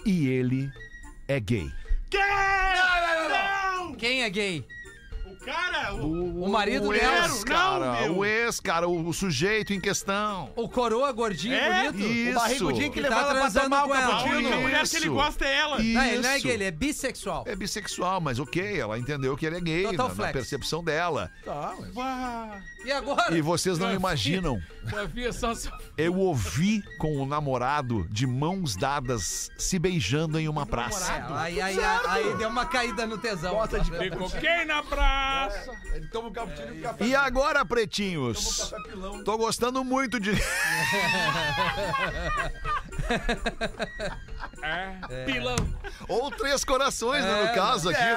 Speaker 4: e ele é gay.
Speaker 5: Quem é gay?
Speaker 7: O cara, o...
Speaker 5: O marido dela?
Speaker 7: ex. não,
Speaker 4: cara,
Speaker 7: meu.
Speaker 4: o ex, cara, o, o sujeito em questão.
Speaker 5: O coroa gordinho,
Speaker 7: É?
Speaker 5: bonito?
Speaker 4: Isso.
Speaker 6: O barrigudinho que
Speaker 5: Que
Speaker 6: levava
Speaker 5: tá
Speaker 6: ela pra
Speaker 5: transando
Speaker 6: tomar o
Speaker 5: com ela.
Speaker 7: a
Speaker 5: Tino.
Speaker 7: única
Speaker 5: Isso.
Speaker 7: mulher que ele gosta é ela.
Speaker 5: Não, ele não é
Speaker 4: Isso.
Speaker 5: gay, ele é bissexual.
Speaker 4: É bissexual, mas ok, ela entendeu que ele é gay,
Speaker 5: Total
Speaker 4: na, na
Speaker 5: flex.
Speaker 4: percepção dela.
Speaker 7: Bah.
Speaker 5: E agora?
Speaker 4: E vocês não imaginam,
Speaker 8: Eu vi só
Speaker 4: eu ouvi com o namorado de mãos dadas se beijando em uma praça.
Speaker 5: É, aí, aí, aí, aí deu uma caída no tesão.
Speaker 6: Gosta de
Speaker 8: Ficou quem na praça?
Speaker 6: Ele toma um cappuccino e um café.
Speaker 4: E agora,
Speaker 6: um
Speaker 4: pretinhos?
Speaker 6: café pilão.
Speaker 4: Tô gostando muito de.
Speaker 8: É. Pilão.
Speaker 4: Ou três corações, né, no caso aqui. né?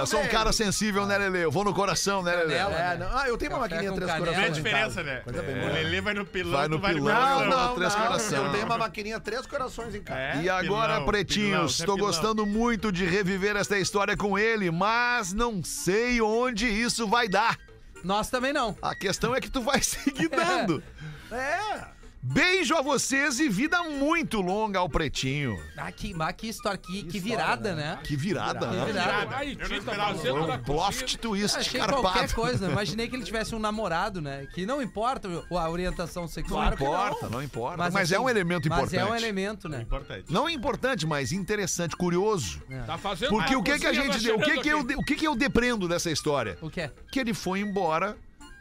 Speaker 4: É, sou um cara sensível, né, Lele? Eu vou no coração, né, Lele?
Speaker 5: Canela.
Speaker 6: É, não. Ah, eu tenho uma
Speaker 5: Café
Speaker 6: maquininha
Speaker 5: com
Speaker 6: três
Speaker 5: canela.
Speaker 6: corações.
Speaker 7: Não é a
Speaker 5: Coisa
Speaker 6: em
Speaker 7: diferença,
Speaker 6: casa.
Speaker 7: né?
Speaker 6: Coisa bem
Speaker 7: O
Speaker 6: boa.
Speaker 7: Lelê vai no pilão,
Speaker 4: Vai no
Speaker 7: tu vai no
Speaker 4: pilão.
Speaker 6: Não,
Speaker 7: coração.
Speaker 6: não,
Speaker 4: Três
Speaker 6: não.
Speaker 4: coração.
Speaker 6: Eu tenho uma maquininha três corações em casa.
Speaker 7: É,
Speaker 4: E agora,
Speaker 7: pilão, pilão,
Speaker 4: pretinhos,
Speaker 7: isso é
Speaker 4: tô
Speaker 7: pilão.
Speaker 4: gostando muito de reviver esta história com ele, mas não sei onde isso vai dar.
Speaker 5: Nós também não.
Speaker 4: A questão é que tu vai [laughs] seguir dando.
Speaker 6: É.
Speaker 4: Beijo a vocês e vida muito longa ao pretinho.
Speaker 5: Ah, que, mas que história, que, que virada, né?
Speaker 4: Que virada,
Speaker 5: Que
Speaker 4: né?
Speaker 5: virada.
Speaker 8: Aí,
Speaker 7: Eu não
Speaker 8: Tita,
Speaker 7: esperava.
Speaker 4: Foi
Speaker 8: tá fazendo
Speaker 4: um
Speaker 8: na
Speaker 4: Loft
Speaker 8: cozinha.
Speaker 4: twist
Speaker 5: Achei
Speaker 4: escarpado.
Speaker 5: qualquer coisa, né? imaginei que ele tivesse um namorado, né? Que não importa o- a orientação sexual.
Speaker 4: Não importa, não importa. Mas, é
Speaker 5: assim,
Speaker 4: um elemento importante.
Speaker 5: Mas é um elemento, né?
Speaker 7: Importante.
Speaker 4: Não é importante, mas interessante, curioso.
Speaker 8: Tá fazendo
Speaker 4: Porque o que que a
Speaker 8: cozinha,
Speaker 4: gente
Speaker 8: tá
Speaker 4: deu? O que
Speaker 8: chegando
Speaker 4: que eu
Speaker 8: aqui.
Speaker 4: de- o que que eu depreendo dessa história?
Speaker 5: O que é?
Speaker 4: Que ele foi embora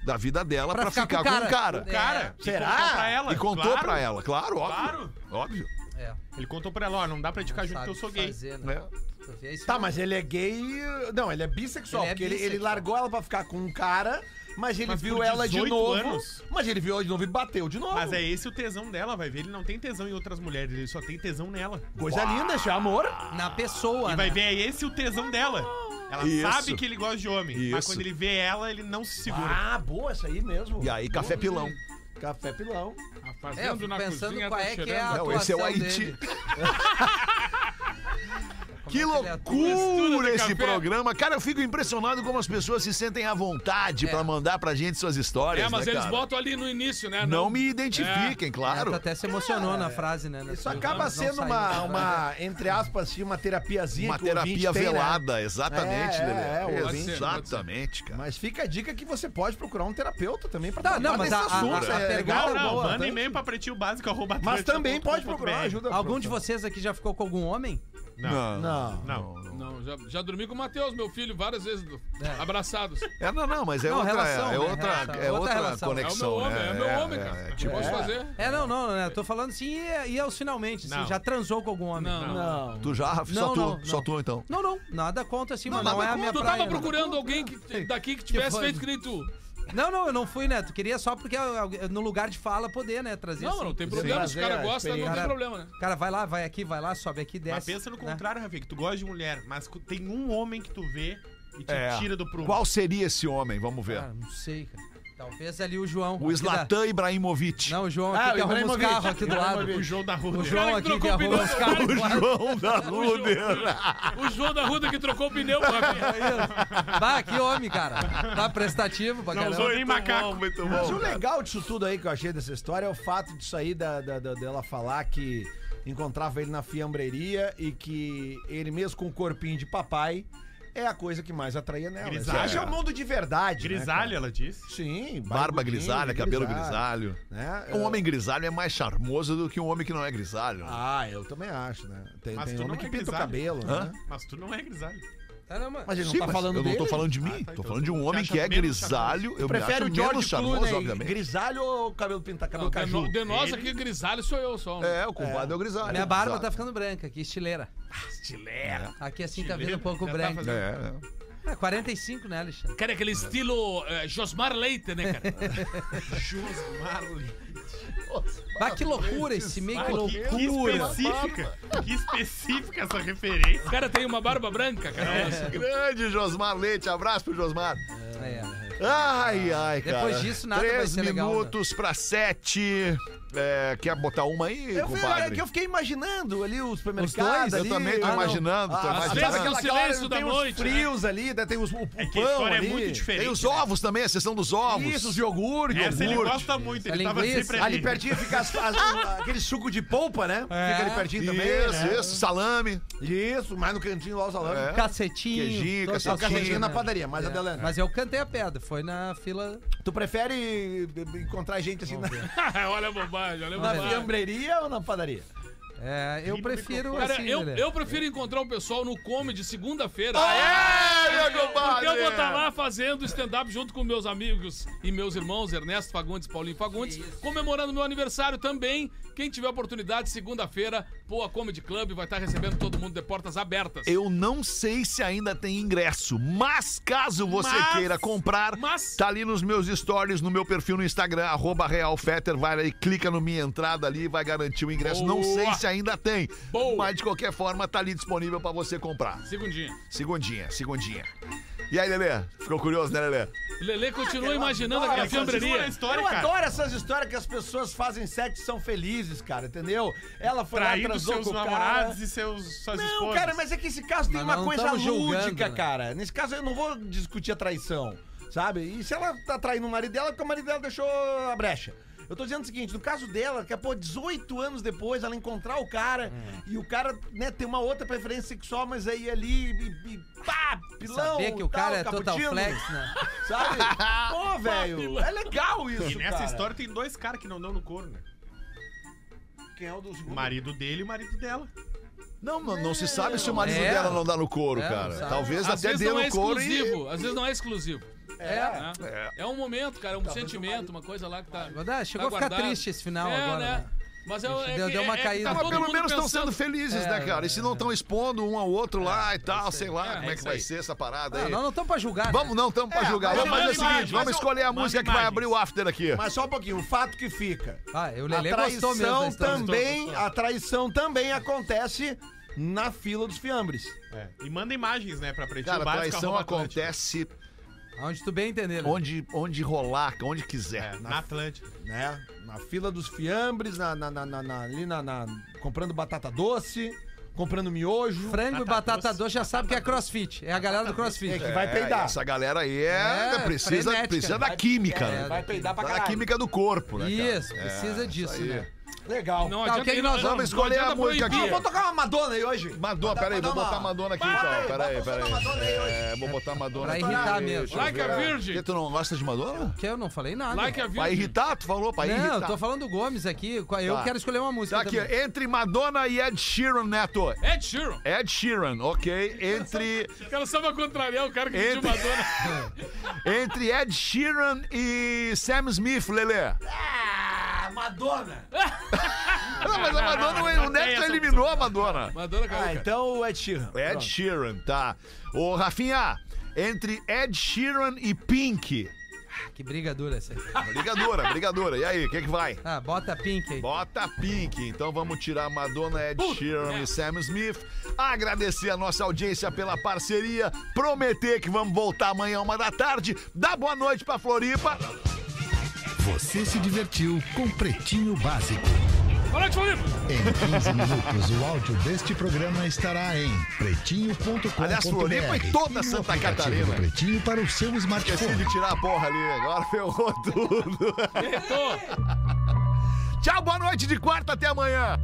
Speaker 4: da vida dela
Speaker 5: Pra
Speaker 4: pra ficar, com o cara.
Speaker 5: É.
Speaker 7: Cara, e
Speaker 6: Será?
Speaker 7: contou pra ela.
Speaker 4: E contou
Speaker 7: claro.
Speaker 4: pra ela, claro, óbvio.
Speaker 7: Claro.
Speaker 4: Óbvio.
Speaker 5: É,
Speaker 7: Ele contou pra ela, ó, não dá pra te ficar tá junto
Speaker 5: sabe
Speaker 7: que eu sou gay.
Speaker 5: fazer, né?
Speaker 4: né?
Speaker 5: É isso
Speaker 6: Tá,
Speaker 5: mesmo.
Speaker 6: mas ele é gay. Não, ele é bissexual.
Speaker 5: Ele é
Speaker 6: porque ele- Ele,
Speaker 5: bissexual.
Speaker 6: largou ela pra ficar com um cara, mas ele
Speaker 7: Mas
Speaker 6: viu
Speaker 7: por
Speaker 6: ela de
Speaker 7: 18
Speaker 6: novo.
Speaker 7: anos?
Speaker 6: Mas ele viu ela de novo e bateu de novo.
Speaker 7: Mas é esse o tesão dela, vai ver. Ele não tem tesão em outras mulheres, ele só tem tesão nela.
Speaker 6: Coisa linda, isso é amor.
Speaker 5: Na pessoa, né?
Speaker 7: E vai ver, é esse o tesão dela. Ela
Speaker 4: Isso.
Speaker 7: sabe que ele gosta de homem, mas
Speaker 4: Isso.
Speaker 7: quando ele vê ela, ele não se segura.
Speaker 6: Ah, boa essa aí mesmo.
Speaker 4: E aí, café pilão.
Speaker 6: Café pilão.
Speaker 8: Tá
Speaker 5: É, eu
Speaker 8: fazendo
Speaker 5: fico
Speaker 8: na
Speaker 5: pensando
Speaker 8: cozinha,
Speaker 5: qual
Speaker 8: tá
Speaker 5: é que é a
Speaker 8: cheirando.
Speaker 4: Não,
Speaker 5: atuação
Speaker 4: esse é o Haiti. [laughs]
Speaker 5: dele. Como
Speaker 4: Que
Speaker 5: é ele atua?
Speaker 8: Mistura
Speaker 4: loucura
Speaker 8: de
Speaker 4: esse
Speaker 8: café.
Speaker 4: programa. Cara, eu fico impressionado como as pessoas se sentem à vontade
Speaker 5: É.
Speaker 4: pra mandar pra gente suas histórias,
Speaker 8: É, mas
Speaker 4: né,
Speaker 8: eles
Speaker 4: cara?
Speaker 8: botam ali no início, né? É.
Speaker 4: Não me identifiquem,
Speaker 5: Ela
Speaker 4: claro.
Speaker 5: até se emocionou
Speaker 4: É.
Speaker 5: na frase, né?
Speaker 6: Isso acaba sendo uma, uma, entre aspas, assim, uma terapiazinha
Speaker 4: Uma
Speaker 6: que o ouvinte
Speaker 4: terapia
Speaker 6: tem, né?
Speaker 4: velada, exatamente,
Speaker 6: É,
Speaker 4: Lelê.
Speaker 6: é, é, o
Speaker 8: ouvinte-
Speaker 4: exatamente, cara.
Speaker 6: Mas fica a dica que você pode procurar um terapeuta também pra
Speaker 5: Tá,
Speaker 6: tratar
Speaker 5: não, mas
Speaker 6: desse
Speaker 5: a- a-
Speaker 6: assunto,
Speaker 5: a
Speaker 6: é
Speaker 5: pegada
Speaker 6: legal,
Speaker 7: Não, não,
Speaker 6: boa,
Speaker 7: manda
Speaker 6: tá?
Speaker 7: e-mail pra pretinho básico, arroba
Speaker 6: Mas também pode
Speaker 7: atlântico ponto
Speaker 6: procurar
Speaker 7: BR.
Speaker 6: ajuda.
Speaker 5: Algum de
Speaker 6: profissional.
Speaker 5: vocês aqui já ficou com algum homem?
Speaker 7: Não,
Speaker 6: Não.
Speaker 7: não.
Speaker 8: Não, já, já dormi com o Matheus, meu filho, várias vezes. do- Abraçados.
Speaker 4: É, não, não, mas é
Speaker 5: Não,
Speaker 4: outra,
Speaker 5: relação,
Speaker 4: é
Speaker 5: né?
Speaker 4: outra, é
Speaker 5: Relação. Outra
Speaker 4: outra,
Speaker 5: relação.
Speaker 4: conexão,
Speaker 8: é o meu homem,
Speaker 4: né?
Speaker 8: é, meu homem, cara.
Speaker 4: é,
Speaker 8: O que
Speaker 4: tipo,
Speaker 8: eu posso fazer?
Speaker 5: É, não, não, né? Tô falando assim e, e aos finalmente, assim,
Speaker 7: Não.
Speaker 5: já transou com algum homem.
Speaker 8: Não, não.
Speaker 6: Não.
Speaker 4: Tu já, só
Speaker 5: Não,
Speaker 4: tu,
Speaker 5: não,
Speaker 4: só
Speaker 5: não.
Speaker 4: tu então.
Speaker 5: Não, não, nada contra assim, mas não
Speaker 4: nada
Speaker 5: é a
Speaker 4: contra.
Speaker 5: minha
Speaker 8: Tu
Speaker 5: praia.
Speaker 8: tava
Speaker 5: né?
Speaker 8: procurando alguém que, daqui que tivesse
Speaker 5: foi-
Speaker 8: feito que nem tu.
Speaker 5: Não, não, eu não fui, né? Tu queria só porque eu- no lugar de fala poder, né? Trazer
Speaker 8: Não,
Speaker 5: assim.
Speaker 8: não tem problema. Se o cara
Speaker 6: Fazer a
Speaker 8: gosta, não tem
Speaker 5: experiência.
Speaker 8: problema, né?
Speaker 5: Cara, vai lá, vai aqui, vai lá, sobe aqui, desce.
Speaker 7: Mas pensa no
Speaker 5: né?
Speaker 7: contrário, Rafi, que tu gosta de mulher, mas cu- tem um homem que tu vê e te
Speaker 4: É.
Speaker 7: tira do prumo.
Speaker 4: Qual seria esse homem? Vamos ver.
Speaker 5: Cara, não sei, cara. Talvez ali o João.
Speaker 4: o
Speaker 5: aqui da-
Speaker 4: Zlatan [laughs] Ibrahimovic.
Speaker 5: Não, o João aqui
Speaker 6: Ah,
Speaker 5: que
Speaker 6: o
Speaker 5: arruma os
Speaker 6: Ibrahimovic.
Speaker 5: carros aqui do lado.
Speaker 7: O João da Rua.
Speaker 5: O João
Speaker 8: que
Speaker 5: aqui
Speaker 8: trocou
Speaker 5: que
Speaker 8: o
Speaker 5: arruma
Speaker 8: pneu do
Speaker 5: os
Speaker 4: O
Speaker 5: carros.
Speaker 4: João da
Speaker 5: tá
Speaker 8: O João,
Speaker 4: Ruder.
Speaker 8: o João da Ruda que trocou o pneu, pô, Rafinha.
Speaker 5: Bah, que homem, cara. Tá prestativo pra
Speaker 7: Não
Speaker 5: caramba.
Speaker 7: usou nem macaco.
Speaker 4: Muito bom.
Speaker 6: Mas o
Speaker 4: cara.
Speaker 6: legal disso tudo aí que eu achei dessa história é o fato disso aí da, da- da- dela falar que encontrava ele na fiambreria e que ele mesmo com o corpinho de papai é a coisa que mais atraía nela.
Speaker 7: Grisalha.
Speaker 6: Esse é o mundo de verdade. né,
Speaker 7: Grisalha,
Speaker 6: cara?
Speaker 7: ela disse.
Speaker 6: Sim.
Speaker 4: Barba
Speaker 6: barbudinho,
Speaker 4: grisalha, cabelo grisalho.
Speaker 6: Né?
Speaker 4: Um homem grisalho é mais charmoso do que um homem que não é grisalho. né?
Speaker 6: Ah, eu também acho, né? Tem,
Speaker 7: Mas
Speaker 6: tem
Speaker 7: tu não
Speaker 6: homem
Speaker 7: é
Speaker 6: que pinta o
Speaker 7: grisalho.
Speaker 6: cabelo,
Speaker 4: Hã?
Speaker 6: né?
Speaker 7: Mas tu não é grisalho.
Speaker 5: Tá, não, mano.
Speaker 6: Mas ele não
Speaker 4: Sim,
Speaker 6: tá
Speaker 4: mas
Speaker 6: falando
Speaker 4: eu não
Speaker 6: dele.
Speaker 4: tô falando
Speaker 8: Ah,
Speaker 4: de mim,
Speaker 7: tá,
Speaker 4: tô
Speaker 7: então
Speaker 4: falando
Speaker 7: tu
Speaker 4: de um
Speaker 7: te
Speaker 4: homem
Speaker 7: acha
Speaker 4: que é
Speaker 7: menos
Speaker 4: grisalho. Eu me
Speaker 6: Prefere
Speaker 4: acho
Speaker 6: o George
Speaker 4: menos charmoso,
Speaker 6: Clooney,
Speaker 4: obviamente.
Speaker 6: grisalho ou cabelo pintado, cabelo
Speaker 8: Não, de,
Speaker 6: caju?
Speaker 8: É no- de nós
Speaker 7: Ele-
Speaker 8: aqui, grisalho sou eu só. né?
Speaker 4: É, o compadre é, o grisalho.
Speaker 5: Minha barba tá
Speaker 4: Exato.
Speaker 5: ficando branca aqui, estileira.
Speaker 8: Estilé.
Speaker 5: Aqui assim tá
Speaker 7: Estileira,
Speaker 5: vindo um pouco
Speaker 7: já tá
Speaker 5: branco.
Speaker 7: fazendo-
Speaker 4: É, é.
Speaker 5: É, 45, né, Alexandre?
Speaker 8: Cara, aquele estilo eh, Josmar Leite, né, cara?
Speaker 7: Josmar Leite.
Speaker 5: Bah, que loucura esse meio, que
Speaker 7: que, que
Speaker 5: loucura.
Speaker 7: específica. Que específica essa referência.
Speaker 8: O cara tem uma barba branca, cara. olha só.
Speaker 4: Grande Josmar Leite, abraço pro Josmar.
Speaker 5: É.
Speaker 4: Tá. Ai, ai, cara.
Speaker 5: Depois disso, nada
Speaker 4: Três
Speaker 5: vai ser legal,
Speaker 4: minutos pra sete. É, quer botar uma aí,
Speaker 6: Eu, vi, é
Speaker 4: compadre?
Speaker 6: que eu fiquei imaginando ali o
Speaker 5: Os
Speaker 6: supermercado.
Speaker 5: dois?
Speaker 4: Eu
Speaker 6: ali.
Speaker 4: também tô
Speaker 6: Ah, não.
Speaker 4: imaginando, tô
Speaker 6: Ah,
Speaker 8: às
Speaker 4: imaginando.
Speaker 8: vezes
Speaker 6: sabe aquela
Speaker 8: aquele
Speaker 6: hora
Speaker 8: silêncio
Speaker 6: que
Speaker 8: da
Speaker 6: tem
Speaker 8: noite,
Speaker 6: Os frios ali, daí tem os, o, o
Speaker 7: né? É que a
Speaker 6: pão
Speaker 7: história
Speaker 6: ali.
Speaker 7: é muito diferente.
Speaker 4: Tem os ovos também, a sessão dos ovos.
Speaker 6: Isso, os iogurtes.
Speaker 7: Essa ele
Speaker 4: iogurte.
Speaker 7: gosta muito, ele
Speaker 5: A
Speaker 7: tava
Speaker 5: linguiça.
Speaker 7: sempre
Speaker 6: Ali pertinho fica as- as- aquele suco de polpa, né?
Speaker 7: É.
Speaker 6: Fica ali pertinho
Speaker 4: Isso,
Speaker 6: também. né?
Speaker 4: isso, salame.
Speaker 6: Isso, mais no cantinho lá os salame.
Speaker 4: É.
Speaker 5: Cacetinho.
Speaker 4: Queijinho, cacetinho.
Speaker 5: todo cacetinho,
Speaker 6: Cafezinho na
Speaker 5: né?
Speaker 6: padaria, mas a dela é.
Speaker 5: Mas eu cantei a pedra, foi na fila.
Speaker 7: É.
Speaker 6: Tu prefere encontrar gente assim na, [laughs] na
Speaker 8: [laughs] olha a bobagem, olha a
Speaker 7: É.
Speaker 6: é?
Speaker 8: bobagem.
Speaker 6: fiambreria ou na padaria?
Speaker 5: É, eu prefiro
Speaker 8: Cara,
Speaker 5: assim,
Speaker 8: eu,
Speaker 5: Lelê.
Speaker 8: eu prefiro encontrar o pessoal no Comedy segunda-feira. é,
Speaker 4: Aê, meu
Speaker 8: Porque
Speaker 4: compadre!
Speaker 8: eu vou estar lá fazendo stand-up junto com meus amigos e meus irmãos, Ernesto Fagundes, Paulinho Fagundes, comemorando meu aniversário também. Quem tiver oportunidade, segunda-feira, Poa Comedy Club vai estar recebendo todo mundo de portas abertas.
Speaker 4: Eu não sei se ainda tem ingresso, mas caso você
Speaker 8: Mas-
Speaker 4: queira comprar,
Speaker 8: mas-
Speaker 4: tá ali nos meus stories, no meu perfil no Instagram, arroba realfetter, vai lá e clica no minha entrada ali, vai garantir o ingresso. Não
Speaker 8: Boa.
Speaker 4: sei se ainda tem,
Speaker 8: Boa.
Speaker 4: mas de qualquer forma tá ali disponível pra você comprar.
Speaker 8: Segundinha.
Speaker 4: Segundinha, segundinha. E aí, Lelê? Ficou curioso, né, Lelê?
Speaker 8: Lelê continua imaginando aquela
Speaker 7: Continua a
Speaker 8: fiambreria.
Speaker 7: história,
Speaker 6: eu
Speaker 7: cara.
Speaker 6: adoro essas histórias que as pessoas fazem sexo e são felizes, cara, entendeu? Ela foi lá,
Speaker 7: Traindo
Speaker 6: transou
Speaker 7: seus
Speaker 6: com o cara.
Speaker 7: namorados e seus, suas
Speaker 6: Não,
Speaker 7: esposas.
Speaker 6: cara, mas é que esse caso tem
Speaker 5: Mas
Speaker 6: uma
Speaker 5: não
Speaker 6: coisa
Speaker 5: tamo
Speaker 6: lúdica,
Speaker 5: julgando, né?
Speaker 6: cara. Nesse caso eu não vou discutir a traição, sabe? E se ela tá traindo o marido dela, é porque o marido dela deixou a brecha. Eu tô dizendo o seguinte, no caso dela, que pô, 18 anos depois, ela encontrar o cara
Speaker 5: Hum.
Speaker 6: e o cara, né, tem uma outra preferência sexual, mas aí ali, e, e pá, pilão,
Speaker 5: Saber que o
Speaker 6: tal,
Speaker 5: cara é total
Speaker 6: tá cappuccino,
Speaker 5: flex, né? [laughs]
Speaker 6: Sabe? Pô, velho, é legal isso,
Speaker 7: E nessa
Speaker 6: cara.
Speaker 7: história tem dois caras que não dão no couro, né?
Speaker 6: Quem é o dos
Speaker 7: O marido dele e o marido dela.
Speaker 4: Não, não, não se sabe se o marido
Speaker 5: É.
Speaker 4: dela não dá no couro,
Speaker 5: É, não
Speaker 4: cara.
Speaker 5: sabe.
Speaker 4: Talvez
Speaker 8: Às
Speaker 4: até
Speaker 8: vezes
Speaker 4: dê
Speaker 8: não é
Speaker 4: no couro e...
Speaker 8: exclusivo, às vezes não é exclusivo.
Speaker 6: É.
Speaker 8: né? É, um momento, cara, é um sentimento, uma coisa lá que tá.
Speaker 5: Mas, ah, chegou
Speaker 8: tá
Speaker 5: a ficar
Speaker 8: guardado.
Speaker 5: triste esse final
Speaker 8: É,
Speaker 5: agora,
Speaker 8: né?
Speaker 5: né?
Speaker 8: Mas é, é,
Speaker 5: Deu-
Speaker 8: que-
Speaker 5: deu uma
Speaker 8: é que
Speaker 5: caída.
Speaker 8: tá
Speaker 5: Mas
Speaker 8: todo
Speaker 4: Mas pelo
Speaker 8: mundo
Speaker 4: menos estão
Speaker 8: pensando-
Speaker 4: sendo felizes, né, cara? E se não estão expondo um ao outro lá e tal, sei lá, como é que
Speaker 8: isso
Speaker 4: vai
Speaker 8: aí.
Speaker 4: ser essa parada
Speaker 5: Ah, Não,
Speaker 4: aí.
Speaker 5: nós não estamos pra julgar. né?
Speaker 4: Vamos, não, estamos pra
Speaker 6: É,
Speaker 4: julgar.
Speaker 6: mas
Speaker 4: Vamos fazer o
Speaker 7: manda
Speaker 4: seguinte,
Speaker 7: imagens,
Speaker 4: vamos
Speaker 7: mas eu-
Speaker 4: escolher a
Speaker 7: manda
Speaker 4: música que vai
Speaker 7: imagens.
Speaker 4: abrir o after aqui.
Speaker 6: Mas só um pouquinho, o fato que fica.
Speaker 5: Ah, eu, o
Speaker 6: A
Speaker 5: Lelê
Speaker 6: traição
Speaker 5: gostou mesmo. da história.
Speaker 6: também, a traição também acontece na fila dos fiambres.
Speaker 7: E manda imagens, né, pra pretinho
Speaker 4: Cara, a
Speaker 7: básico,
Speaker 4: traição
Speaker 7: arroba Atlântico.
Speaker 4: acontece
Speaker 5: Onde tu bem entender. né? Lelê.
Speaker 4: onde, onde rolar, onde quiser.
Speaker 7: É, na Atlântica.
Speaker 6: Né? Na fila dos fiambres, na, na, na, na- na- ali na, na- comprando batata doce, comprando miojo.
Speaker 5: Frango e batata doce já sabe que é crossfit. É a galera do
Speaker 6: É
Speaker 5: crossfit.
Speaker 6: que vai
Speaker 4: É,
Speaker 6: peidar.
Speaker 4: Essa galera aí é,
Speaker 5: É,
Speaker 4: precisa,
Speaker 5: frenética.
Speaker 4: precisa da química, né?
Speaker 6: Vai peidar pra
Speaker 4: Da
Speaker 6: caralho.
Speaker 4: química do corpo, né? cara?
Speaker 5: Isso, precisa disso,
Speaker 4: aí.
Speaker 5: né?
Speaker 6: Legal.
Speaker 4: Ah,
Speaker 8: Não
Speaker 5: Tá,
Speaker 8: adianta,
Speaker 5: o que que
Speaker 8: não-
Speaker 5: nós vamos
Speaker 8: não
Speaker 4: escolher a
Speaker 8: adianta
Speaker 4: música
Speaker 8: proibir.
Speaker 6: Ah, vou tocar uma Madonna aí hoje.
Speaker 4: Madonna, peraí, vou
Speaker 6: Madonna.
Speaker 4: botar Madonna aqui,
Speaker 6: Vai,
Speaker 4: então.
Speaker 6: vai,
Speaker 4: Peraí,
Speaker 6: bota
Speaker 4: peraí.
Speaker 6: uma Madonna aí hoje.
Speaker 4: É, vou botar Madonna
Speaker 5: Pra
Speaker 4: aqui.
Speaker 5: irritar mesmo.
Speaker 4: Deixa eu
Speaker 8: Like
Speaker 4: ver.
Speaker 8: a Virgin.
Speaker 4: Por que tu não gosta de Madonna?
Speaker 5: Que eu não falei nada.
Speaker 8: Like a
Speaker 4: Pra
Speaker 8: Virgem.
Speaker 4: irritar, tu falou pra irritar.
Speaker 5: É um não, eu tô falando do Gomes aqui. Eu
Speaker 4: Tá.
Speaker 5: quero escolher uma música.
Speaker 4: Tá aqui,
Speaker 5: também.
Speaker 4: entre Madonna e Ed Sheeran, Neto.
Speaker 8: Ed Sheeran.
Speaker 4: Ed Sheeran, ok. Entre,
Speaker 8: O cara só vai contrariar o cara que
Speaker 4: Entre-
Speaker 8: pediu Madonna.
Speaker 4: entre Ed Sheeran e Sam Smith, Lelê.
Speaker 6: Ah, Madonna.
Speaker 4: [laughs] Não, mas a Madonna, o Neto
Speaker 7: essa
Speaker 4: eliminou a Madonna.
Speaker 8: Madonna caiu,
Speaker 6: Ah,
Speaker 8: cara.
Speaker 6: então o Ed Sheeran.
Speaker 4: Ed
Speaker 6: Pronto.
Speaker 4: Sheeran, tá. Ô, Rafinha, entre Ed Sheeran e Pink.
Speaker 5: Ah, Que briga dura essa aqui.
Speaker 4: Brigadora, brigadora. E aí, o que que vai?
Speaker 5: Ah, bota a Pink aí.
Speaker 4: Bota Pink. Então vamos tirar Madonna, Ed
Speaker 8: Puta
Speaker 4: Sheeran
Speaker 8: merda.
Speaker 4: e Sam Smith. Agradecer a nossa audiência pela parceria. Prometer que vamos voltar amanhã, uma da tarde. Dá boa noite pra Floripa.
Speaker 2: Você se divertiu com Pretinho Básico.
Speaker 8: Boa noite, Felipe.
Speaker 2: Em 15 minutos, o áudio deste programa estará em pretinho.com.br.
Speaker 4: Aliás, Floripa e toda
Speaker 2: e no
Speaker 4: Santa
Speaker 2: aplicativo
Speaker 4: Catarina.
Speaker 2: Pretinho para o seu
Speaker 4: Esqueci
Speaker 2: smartphone.
Speaker 4: de tirar a porra ali. Agora ferrou tudo.
Speaker 8: Errou.
Speaker 4: [laughs] Tchau, boa noite de quarta até amanhã.